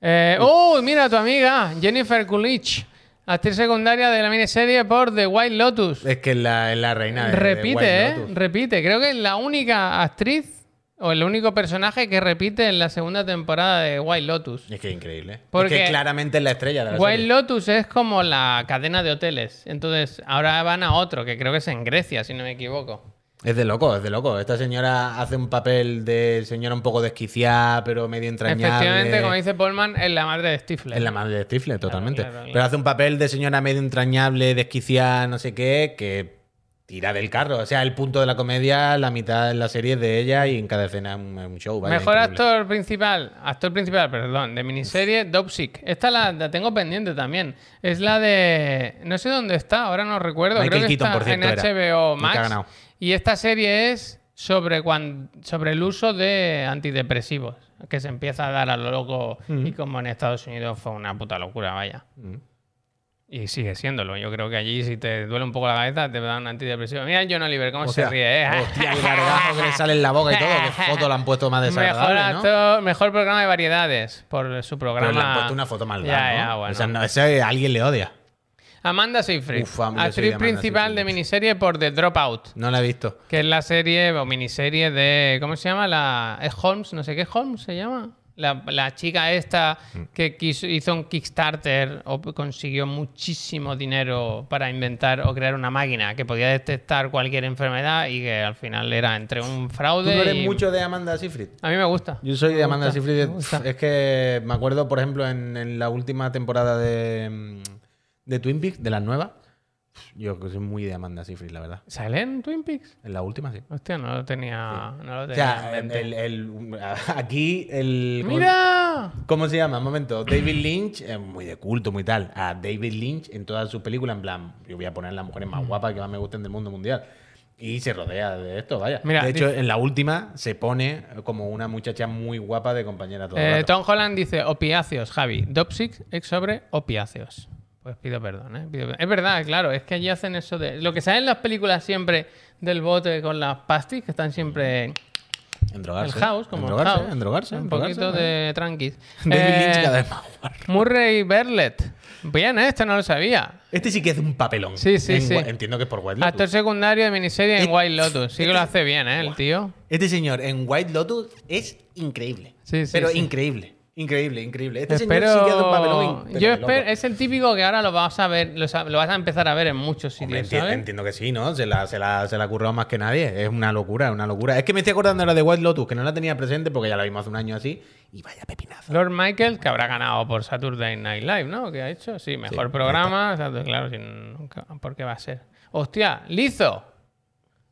Speaker 2: Eh, ¡Oh! Mira tu amiga, Jennifer Coolidge. Actriz secundaria de la miniserie por The White Lotus.
Speaker 1: Es que es la, es la reina de- de
Speaker 2: repite,
Speaker 1: White
Speaker 2: ¿eh?
Speaker 1: Lotus.
Speaker 2: Repite. Creo que es la única actriz o el único personaje que repite en la segunda temporada de White Lotus.
Speaker 1: Es que es increíble.
Speaker 2: Porque-
Speaker 1: Porque claramente es la estrella de la
Speaker 2: White
Speaker 1: serie.
Speaker 2: Lotus es como la cadena de hoteles. Entonces, ahora van a otro, que creo que es en Grecia, si no me equivoco.
Speaker 1: Es de loco, es de loco. Esta señora hace un papel de señora un poco desquiciada, pero medio entrañable.
Speaker 2: Efectivamente, como dice Polman, es la madre de Stifler.
Speaker 1: Es la madre de Stifler, totalmente.
Speaker 2: claro, claro.
Speaker 1: Pero hace un papel de señora medio entrañable, desquiciada, no sé qué, que tira del carro. O sea, el punto de la comedia, la mitad de la serie es de ella y en cada escena es un, es un show. vaya,
Speaker 2: Mejor
Speaker 1: increíble.
Speaker 2: actor principal, actor principal, perdón, de miniserie Dopsic. Esta la, la tengo pendiente también. Es la de. No sé dónde está, ahora no recuerdo.
Speaker 1: Michael
Speaker 2: Creo que
Speaker 1: Keaton,
Speaker 2: está
Speaker 1: por cierto,
Speaker 2: en
Speaker 1: era.
Speaker 2: HBO
Speaker 1: El que ha ganado.
Speaker 2: Max. Y esta serie es sobre, cuan- sobre el uso de antidepresivos, que se empieza a dar a lo loco. Y como en Estados Unidos fue una puta locura, vaya. Y sigue siéndolo. Yo creo que allí, si te duele un poco la cabeza, te dan un antidepresivo. Mira, el John Oliver, cómo
Speaker 1: O
Speaker 2: se
Speaker 1: sea,
Speaker 2: ríe, ¿eh?
Speaker 1: Hostia, el gargajo que le sale en la boca y todo. Qué foto le han puesto más
Speaker 2: Mejor,
Speaker 1: desagradable, ¿no?
Speaker 2: actor- mejor programa de variedades por su programa.
Speaker 1: Pero le han puesto una fofoto mal
Speaker 2: Ya,
Speaker 1: ¿no?
Speaker 2: ya, bueno.
Speaker 1: O sea, no, ese alguien le odia.
Speaker 2: Amanda Seyfried,
Speaker 1: Uf, a mí yo soy de
Speaker 2: actriz
Speaker 1: Amanda
Speaker 2: principal
Speaker 1: Seyfried.
Speaker 2: de miniserie por The Dropout,
Speaker 1: No la he visto.
Speaker 2: que es la serie o miniserie de. ¿Cómo se llama? La, es Holmes, no sé qué Holmes se llama. La, la chica esta que quiso- hizo un Kickstarter o consiguió muchísimo dinero para inventar o crear una máquina que podía detectar cualquier enfermedad y que al final era entre un
Speaker 1: Tú
Speaker 2: fraude.
Speaker 1: no eres
Speaker 2: y-
Speaker 1: mucho de Amanda Seyfried.
Speaker 2: A mí me gusta.
Speaker 1: Yo soy
Speaker 2: Me
Speaker 1: de Amanda
Speaker 2: gusta,
Speaker 1: Seyfried.
Speaker 2: me gusta.
Speaker 1: Es que me acuerdo, por ejemplo, en, en la última temporada de, mm, de Twin Peaks, de las nuevas. Yo que soy muy de Amanda Seyfried, la verdad.
Speaker 2: ¿Sale en Twin Peaks?
Speaker 1: En la última, sí.
Speaker 2: Hostia, no lo tenía. No lo
Speaker 1: O
Speaker 2: tenía.
Speaker 1: sea,
Speaker 2: en
Speaker 1: el,
Speaker 2: mente.
Speaker 1: el- aquí el... ¿cómo-
Speaker 2: ¡Mira!
Speaker 1: ¿Cómo se llama? Un momento. David Lynch, eh, muy de culto, muy tal. A David Lynch en todas sus películas, en plan, yo voy a poner las mujeres
Speaker 2: Mm.
Speaker 1: más guapas que más me gusten del mundo mundial. Y se rodea de esto, vaya.
Speaker 2: Mira,
Speaker 1: de hecho, en la última se pone como una muchacha muy guapa de compañera todo el
Speaker 2: Eh,
Speaker 1: rato.
Speaker 2: Tom Holland dice opiáceos, Javi. Dopsic es sobre opiáceos. Pues pido perdón, ¿eh? Pido per- Es verdad, claro, es que allí hacen eso de. Lo que sale en las películas siempre del bote con las pastis, que están siempre.
Speaker 1: En drogarse.
Speaker 2: el house, como
Speaker 1: Ah, en
Speaker 2: el
Speaker 1: drogarse,
Speaker 2: house.
Speaker 1: en drogarse,
Speaker 2: Un
Speaker 1: en drogarse,
Speaker 2: poquito
Speaker 1: vaya.
Speaker 2: de tranquis.
Speaker 1: David
Speaker 2: Eh,
Speaker 1: Lynch cada vez más guapo.
Speaker 2: Murray Berlet. Bien, ¿eh? esto no lo sabía.
Speaker 1: Este sí que es un papelón.
Speaker 2: Sí, sí,
Speaker 1: En-
Speaker 2: sí.
Speaker 1: Entiendo que es por White Lotus.
Speaker 2: Actor secundario de miniserie en
Speaker 1: Este-
Speaker 2: Wild Lotus. Sí que lo
Speaker 1: este-
Speaker 2: hace bien, ¿eh? El tío.
Speaker 1: Este señor en White Lotus es increíble.
Speaker 2: Sí, sí,
Speaker 1: Pero
Speaker 2: sí.
Speaker 1: increíble. Increíble, increíble. Este
Speaker 2: Espero-
Speaker 1: señor sí que hace un papelón. pero
Speaker 2: Yo
Speaker 1: de
Speaker 2: espero,
Speaker 1: loco.
Speaker 2: es el típico que ahora lo vas a ver, lo, sa- lo vas a empezar a ver en muchos
Speaker 1: Hombre, enti-
Speaker 2: sitios, ¿sabes?
Speaker 1: entiendo que sí, ¿no? Se la, se, la, se la ha currado más que nadie. Es una locura, es una locura. Es que me estoy acordando ahora de White Lotus, que no la tenía presente porque ya la vimos hace un año así. Y vaya pepinazo.
Speaker 2: Lord Michael, que habrá ganado por Saturday Night Live, ¿no? Que ha hecho, sí, mejor programa, Saturday- claro, si nunca, ¿por qué va a ser? Hostia, Lizo,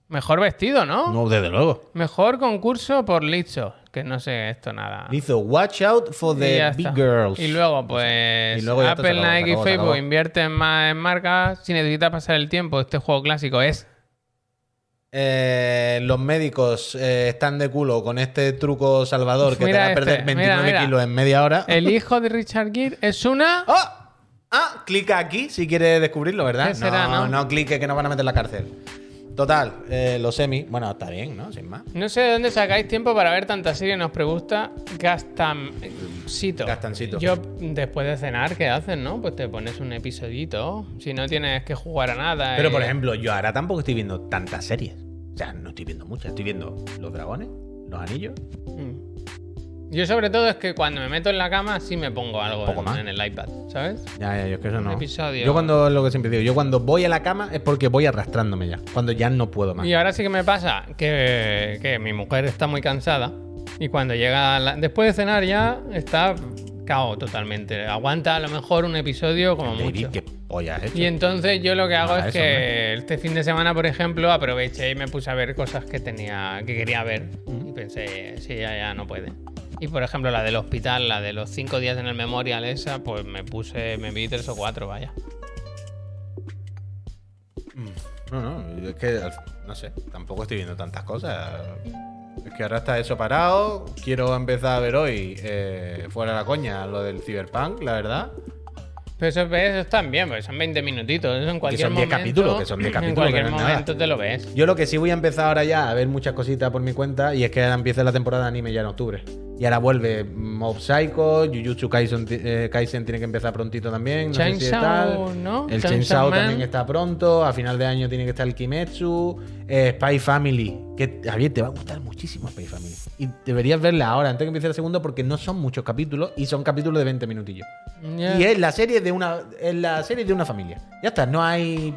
Speaker 2: mejor vestido, ¿no?
Speaker 1: No, desde luego.
Speaker 2: Mejor concurso por Lizo, que no sé esto nada.
Speaker 1: Hizo Ah. Watch Out for
Speaker 2: Y
Speaker 1: the
Speaker 2: ya
Speaker 1: Big
Speaker 2: está.
Speaker 1: Girls.
Speaker 2: Y luego, pues,
Speaker 1: Y luego ya está, se
Speaker 2: Apple,
Speaker 1: acabó, se acabó,
Speaker 2: Nike y
Speaker 1: se
Speaker 2: Facebook
Speaker 1: acabó.
Speaker 2: invierten más en marcas. Si necesitas pasar el tiempo, este juego clásico es
Speaker 1: Eh, los médicos eh, están de culo con este truco salvador que
Speaker 2: Mira
Speaker 1: te hará perder
Speaker 2: este, mira,
Speaker 1: 29
Speaker 2: mira. Eh.
Speaker 1: kilos en media hora.
Speaker 2: El hijo de Richard Gere es una.
Speaker 1: ¡Oh! Ah, clica aquí si quieres descubrirlo, ¿verdad?
Speaker 2: ¿Qué será, no?
Speaker 1: no, clique que nos van a meter en la cárcel. Total, eh, los semi. Bueno, está bien, ¿no? Sin más.
Speaker 2: No sé de dónde sacáis tiempo para ver tanta serie, nos pregunta Gastancito.
Speaker 1: Gastancito.
Speaker 2: Yo, después de cenar, ¿qué haces, no? Pues te pones un episodito. Si no tienes que jugar a nada.
Speaker 1: Pero,
Speaker 2: eh.
Speaker 1: por ejemplo, yo ahora tampoco estoy viendo tantas series. O sea, no estoy viendo muchas. Estoy viendo Los Dragones, Los Anillos.
Speaker 2: Mm. Yo, sobre todo, es que cuando me meto en la cama, sí me pongo algo
Speaker 1: poco
Speaker 2: en,
Speaker 1: más.
Speaker 2: en el iPad, ¿sabes?
Speaker 1: Ya, ya, yo es que eso no.
Speaker 2: episodio.
Speaker 1: Yo cuando, lo que siempre digo, yo cuando voy a la cama es porque voy arrastrándome ya. Cuando ya no puedo más.
Speaker 2: Y ahora sí que me pasa que, que mi mujer está muy cansada y cuando llega a la- después de cenar ya está cao totalmente. Aguanta a lo mejor un episodio como
Speaker 1: David,
Speaker 2: mucho.
Speaker 1: qué polla has hecho.
Speaker 2: Y entonces yo lo que hago
Speaker 1: Nada,
Speaker 2: es
Speaker 1: eso,
Speaker 2: que este fin de semana, por ejemplo, aproveché y me puse a ver cosas que tenía que quería ver y pensé, sí, ya, ya no puede. Y por ejemplo, la del hospital, la de los cinco días en el memorial, esa, pues me puse, me vi tres o cuatro, vaya.
Speaker 1: No, no, yo es que al- no sé, tampoco estoy viendo tantas cosas. Es que ahora está eso parado. Quiero empezar a ver hoy, eh, fuera la coña, lo del Cyberpunk, la verdad.
Speaker 2: Pero eso, ves, eso están bien, porque son 20 minutitos. Eso en cualquier
Speaker 1: son 10
Speaker 2: momento.
Speaker 1: capítulos, que son 10 capítulos,
Speaker 2: En cualquier
Speaker 1: que no es nada.
Speaker 2: momento te lo ves.
Speaker 1: Yo lo que sí voy a empezar ahora ya a ver muchas cositas por mi cuenta y es que ahora empieza la temporada de anime ya en octubre. Y ahora vuelve Mob Psycho, Jujutsu Kaisen, eh, Kaisen tiene que empezar prontito también. No sé si
Speaker 2: Chainsaw,
Speaker 1: tal.
Speaker 2: ¿no?
Speaker 1: El
Speaker 2: Chainsaw
Speaker 1: Chainsaw
Speaker 2: Man.
Speaker 1: también está pronto. A final de año tiene que estar el Kimetsu. eh, Spy Family. Que Javier, te va a gustar muchísimo Spy Family. Y deberías verla ahora, antes que empiece el segundo, porque no son muchos capítulos y son capítulos de 20 minutillos.
Speaker 2: Ya.
Speaker 1: Y es la serie de una es la serie de una familia. Ya está, no hay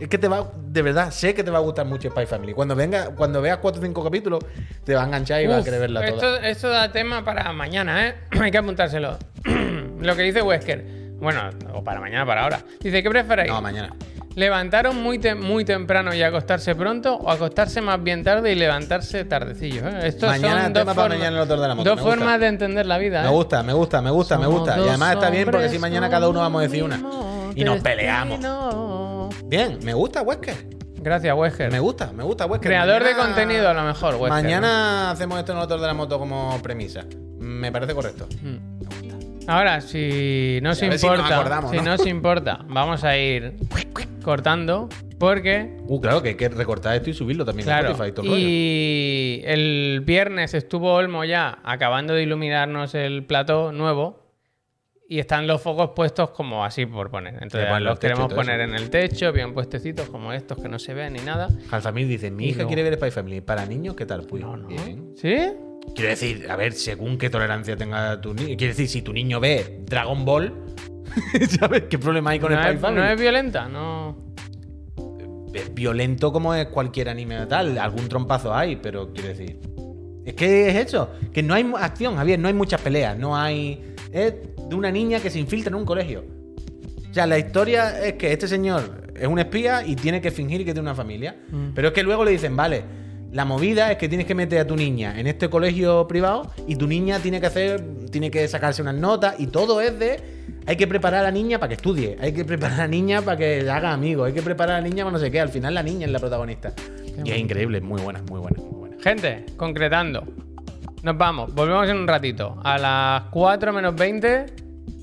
Speaker 1: es que te va de verdad, sé que te va a gustar mucho Spy Family. Cuando venga, cuando veas 4 o 5 capítulos, te va a enganchar y vas a
Speaker 2: Uf,
Speaker 1: querer verla
Speaker 2: esto,
Speaker 1: toda.
Speaker 2: esto da tema para mañana, ¿eh? Hay que apuntárselo. Lo que dice Wesker. Bueno, o para mañana, para ahora. Dice, ¿qué preferéis?
Speaker 1: No, mañana.
Speaker 2: ¿Levantaros muy, tem- muy temprano y acostarse pronto o acostarse más bien tarde y levantarse tardecillo? ¿eh? Estos
Speaker 1: Mañana,
Speaker 2: son dos
Speaker 1: tema para
Speaker 2: formas-
Speaker 1: mañana en el Autor de la Moto,
Speaker 2: Dos
Speaker 1: me gusta.
Speaker 2: formas de entender la vida.
Speaker 1: Me
Speaker 2: ¿eh?
Speaker 1: gusta, me gusta, me gusta, me
Speaker 2: Somos
Speaker 1: gusta. Y
Speaker 2: dos
Speaker 1: además está bien porque así
Speaker 2: hombres,
Speaker 1: mañana cada uno vamos a decir una.
Speaker 2: somos
Speaker 1: Y nos
Speaker 2: destino.
Speaker 1: peleamos. Bien, me gusta Wesker.
Speaker 2: Gracias, Wesker.
Speaker 1: Me gusta, me gusta Wesker.
Speaker 2: Creador de
Speaker 1: Mañana-
Speaker 2: contenido, a lo mejor, Wesker.
Speaker 1: Mañana hacemos esto en el autor de la moto como premisa. Me parece correcto.
Speaker 2: Mm. Ahora, si no os
Speaker 1: A ver si nos
Speaker 2: importa, si,
Speaker 1: acordamos, ¿no?
Speaker 2: no os importa, vamos a ir cortando porque
Speaker 1: Uh, claro, que hay que recortar esto y subirlo también a
Speaker 2: Claro.
Speaker 1: Spotify y todo el rollo.
Speaker 2: Y el viernes estuvo Olmo ya acabando de iluminarnos el plató nuevo. Y están los focos puestos como así por poner. Entonces
Speaker 1: ponen los techos
Speaker 2: los
Speaker 1: y
Speaker 2: queremos
Speaker 1: todo eso.
Speaker 2: poner en el techo, bien puestecitos como estos que no se ven ni nada.
Speaker 1: Halfamil dice, mi
Speaker 2: Y
Speaker 1: hija
Speaker 2: no.
Speaker 1: quiere ver Spy Family. Para niños, ¿qué tal? Pues
Speaker 2: No, no.
Speaker 1: bien.
Speaker 2: ¿Sí?
Speaker 1: Quiero decir, a ver, según qué tolerancia tenga tu niño. Quiero decir, si tu niño ve Dragon Ball, ¿sabes qué problema hay con
Speaker 2: no,
Speaker 1: Spy
Speaker 2: es,
Speaker 1: Family?
Speaker 2: no es violenta, no.
Speaker 1: Es violento como es cualquier anime de tal. Algún trompazo hay, pero quiero decir. Es que es eso, que no hay mu- acción, Javier, no hay muchas peleas, no hay. Es de una niña que se infiltra en un colegio. O sea, la historia es que este señor es un espía y tiene que fingir que tiene una familia.
Speaker 2: Mm.
Speaker 1: Pero es que luego le dicen, vale, la movida es que tienes que meter a tu niña en este colegio privado y tu niña tiene que hacer, tiene que sacarse unas notas y todo es de. Hay que preparar a la niña para que estudie, hay que preparar a la niña para que haga amigos, hay que preparar a la niña para no sé qué. Al final la niña es la protagonista. Y es increíble, muy buena, muy buena, muy buena.
Speaker 2: Gente, concretando. Nos vamos, volvemos en un ratito. A las 4 menos 20,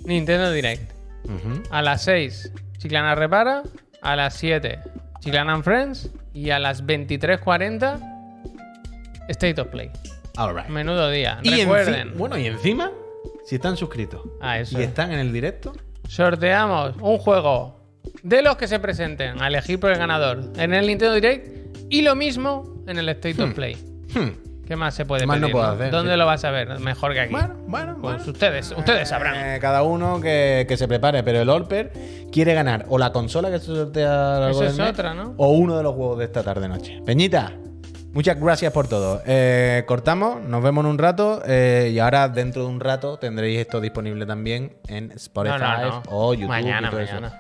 Speaker 2: Nintendo Direct.
Speaker 1: Ujú.
Speaker 2: A las 6, Chiclana Repara. A las 7, Chiclana and Friends. Y a las 23.40, State of Play.
Speaker 1: All right.
Speaker 2: Menudo día.
Speaker 1: Y
Speaker 2: Recuerden,
Speaker 1: enci- bueno, y encima, si están suscritos
Speaker 2: Ah, eso
Speaker 1: y
Speaker 2: es.
Speaker 1: están en el directo,
Speaker 2: sorteamos un juego de los que se presenten a elegir por el ganador en el Nintendo Direct y lo mismo en el State of Play.
Speaker 1: hmm,
Speaker 2: ¿Qué más se puede
Speaker 1: Más no
Speaker 2: pedir,
Speaker 1: puedo hacer,
Speaker 2: ¿Dónde
Speaker 1: sí.
Speaker 2: lo vas a ver? Mejor que aquí.
Speaker 1: bueno, bueno,
Speaker 2: Pues
Speaker 1: bueno.
Speaker 2: ustedes, ustedes sabrán.
Speaker 1: Eh, cada uno que, que se prepare, pero el Olper quiere ganar o la consola que se sortea a lo largo
Speaker 2: Eso
Speaker 1: del
Speaker 2: es
Speaker 1: mes,
Speaker 2: otra, ¿no?
Speaker 1: o uno de los juegos de esta tarde noche. Peñita, muchas gracias por todo. Eh, cortamos, nos vemos en un rato eh, y ahora dentro de un rato tendréis esto disponible también en Spotify
Speaker 2: No, no, no.
Speaker 1: o Oh, YouTube.
Speaker 2: mañana,
Speaker 1: y todo eso.
Speaker 2: mañana.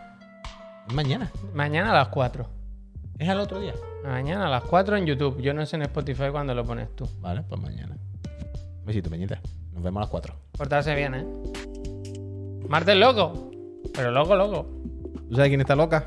Speaker 1: Es mañana.
Speaker 2: Mañana a las 4.
Speaker 1: Es al otro día.
Speaker 2: Mañana a las 4 en YouTube. Yo no sé en Spotify cuándo lo pones tú.
Speaker 1: Vale, pues mañana. Un besito, Peñita. Nos vemos a las 4.
Speaker 2: Portarse bien, ¿eh? Martes loco. Pero loco, loco.
Speaker 1: ¿Tú sabes quién está loca?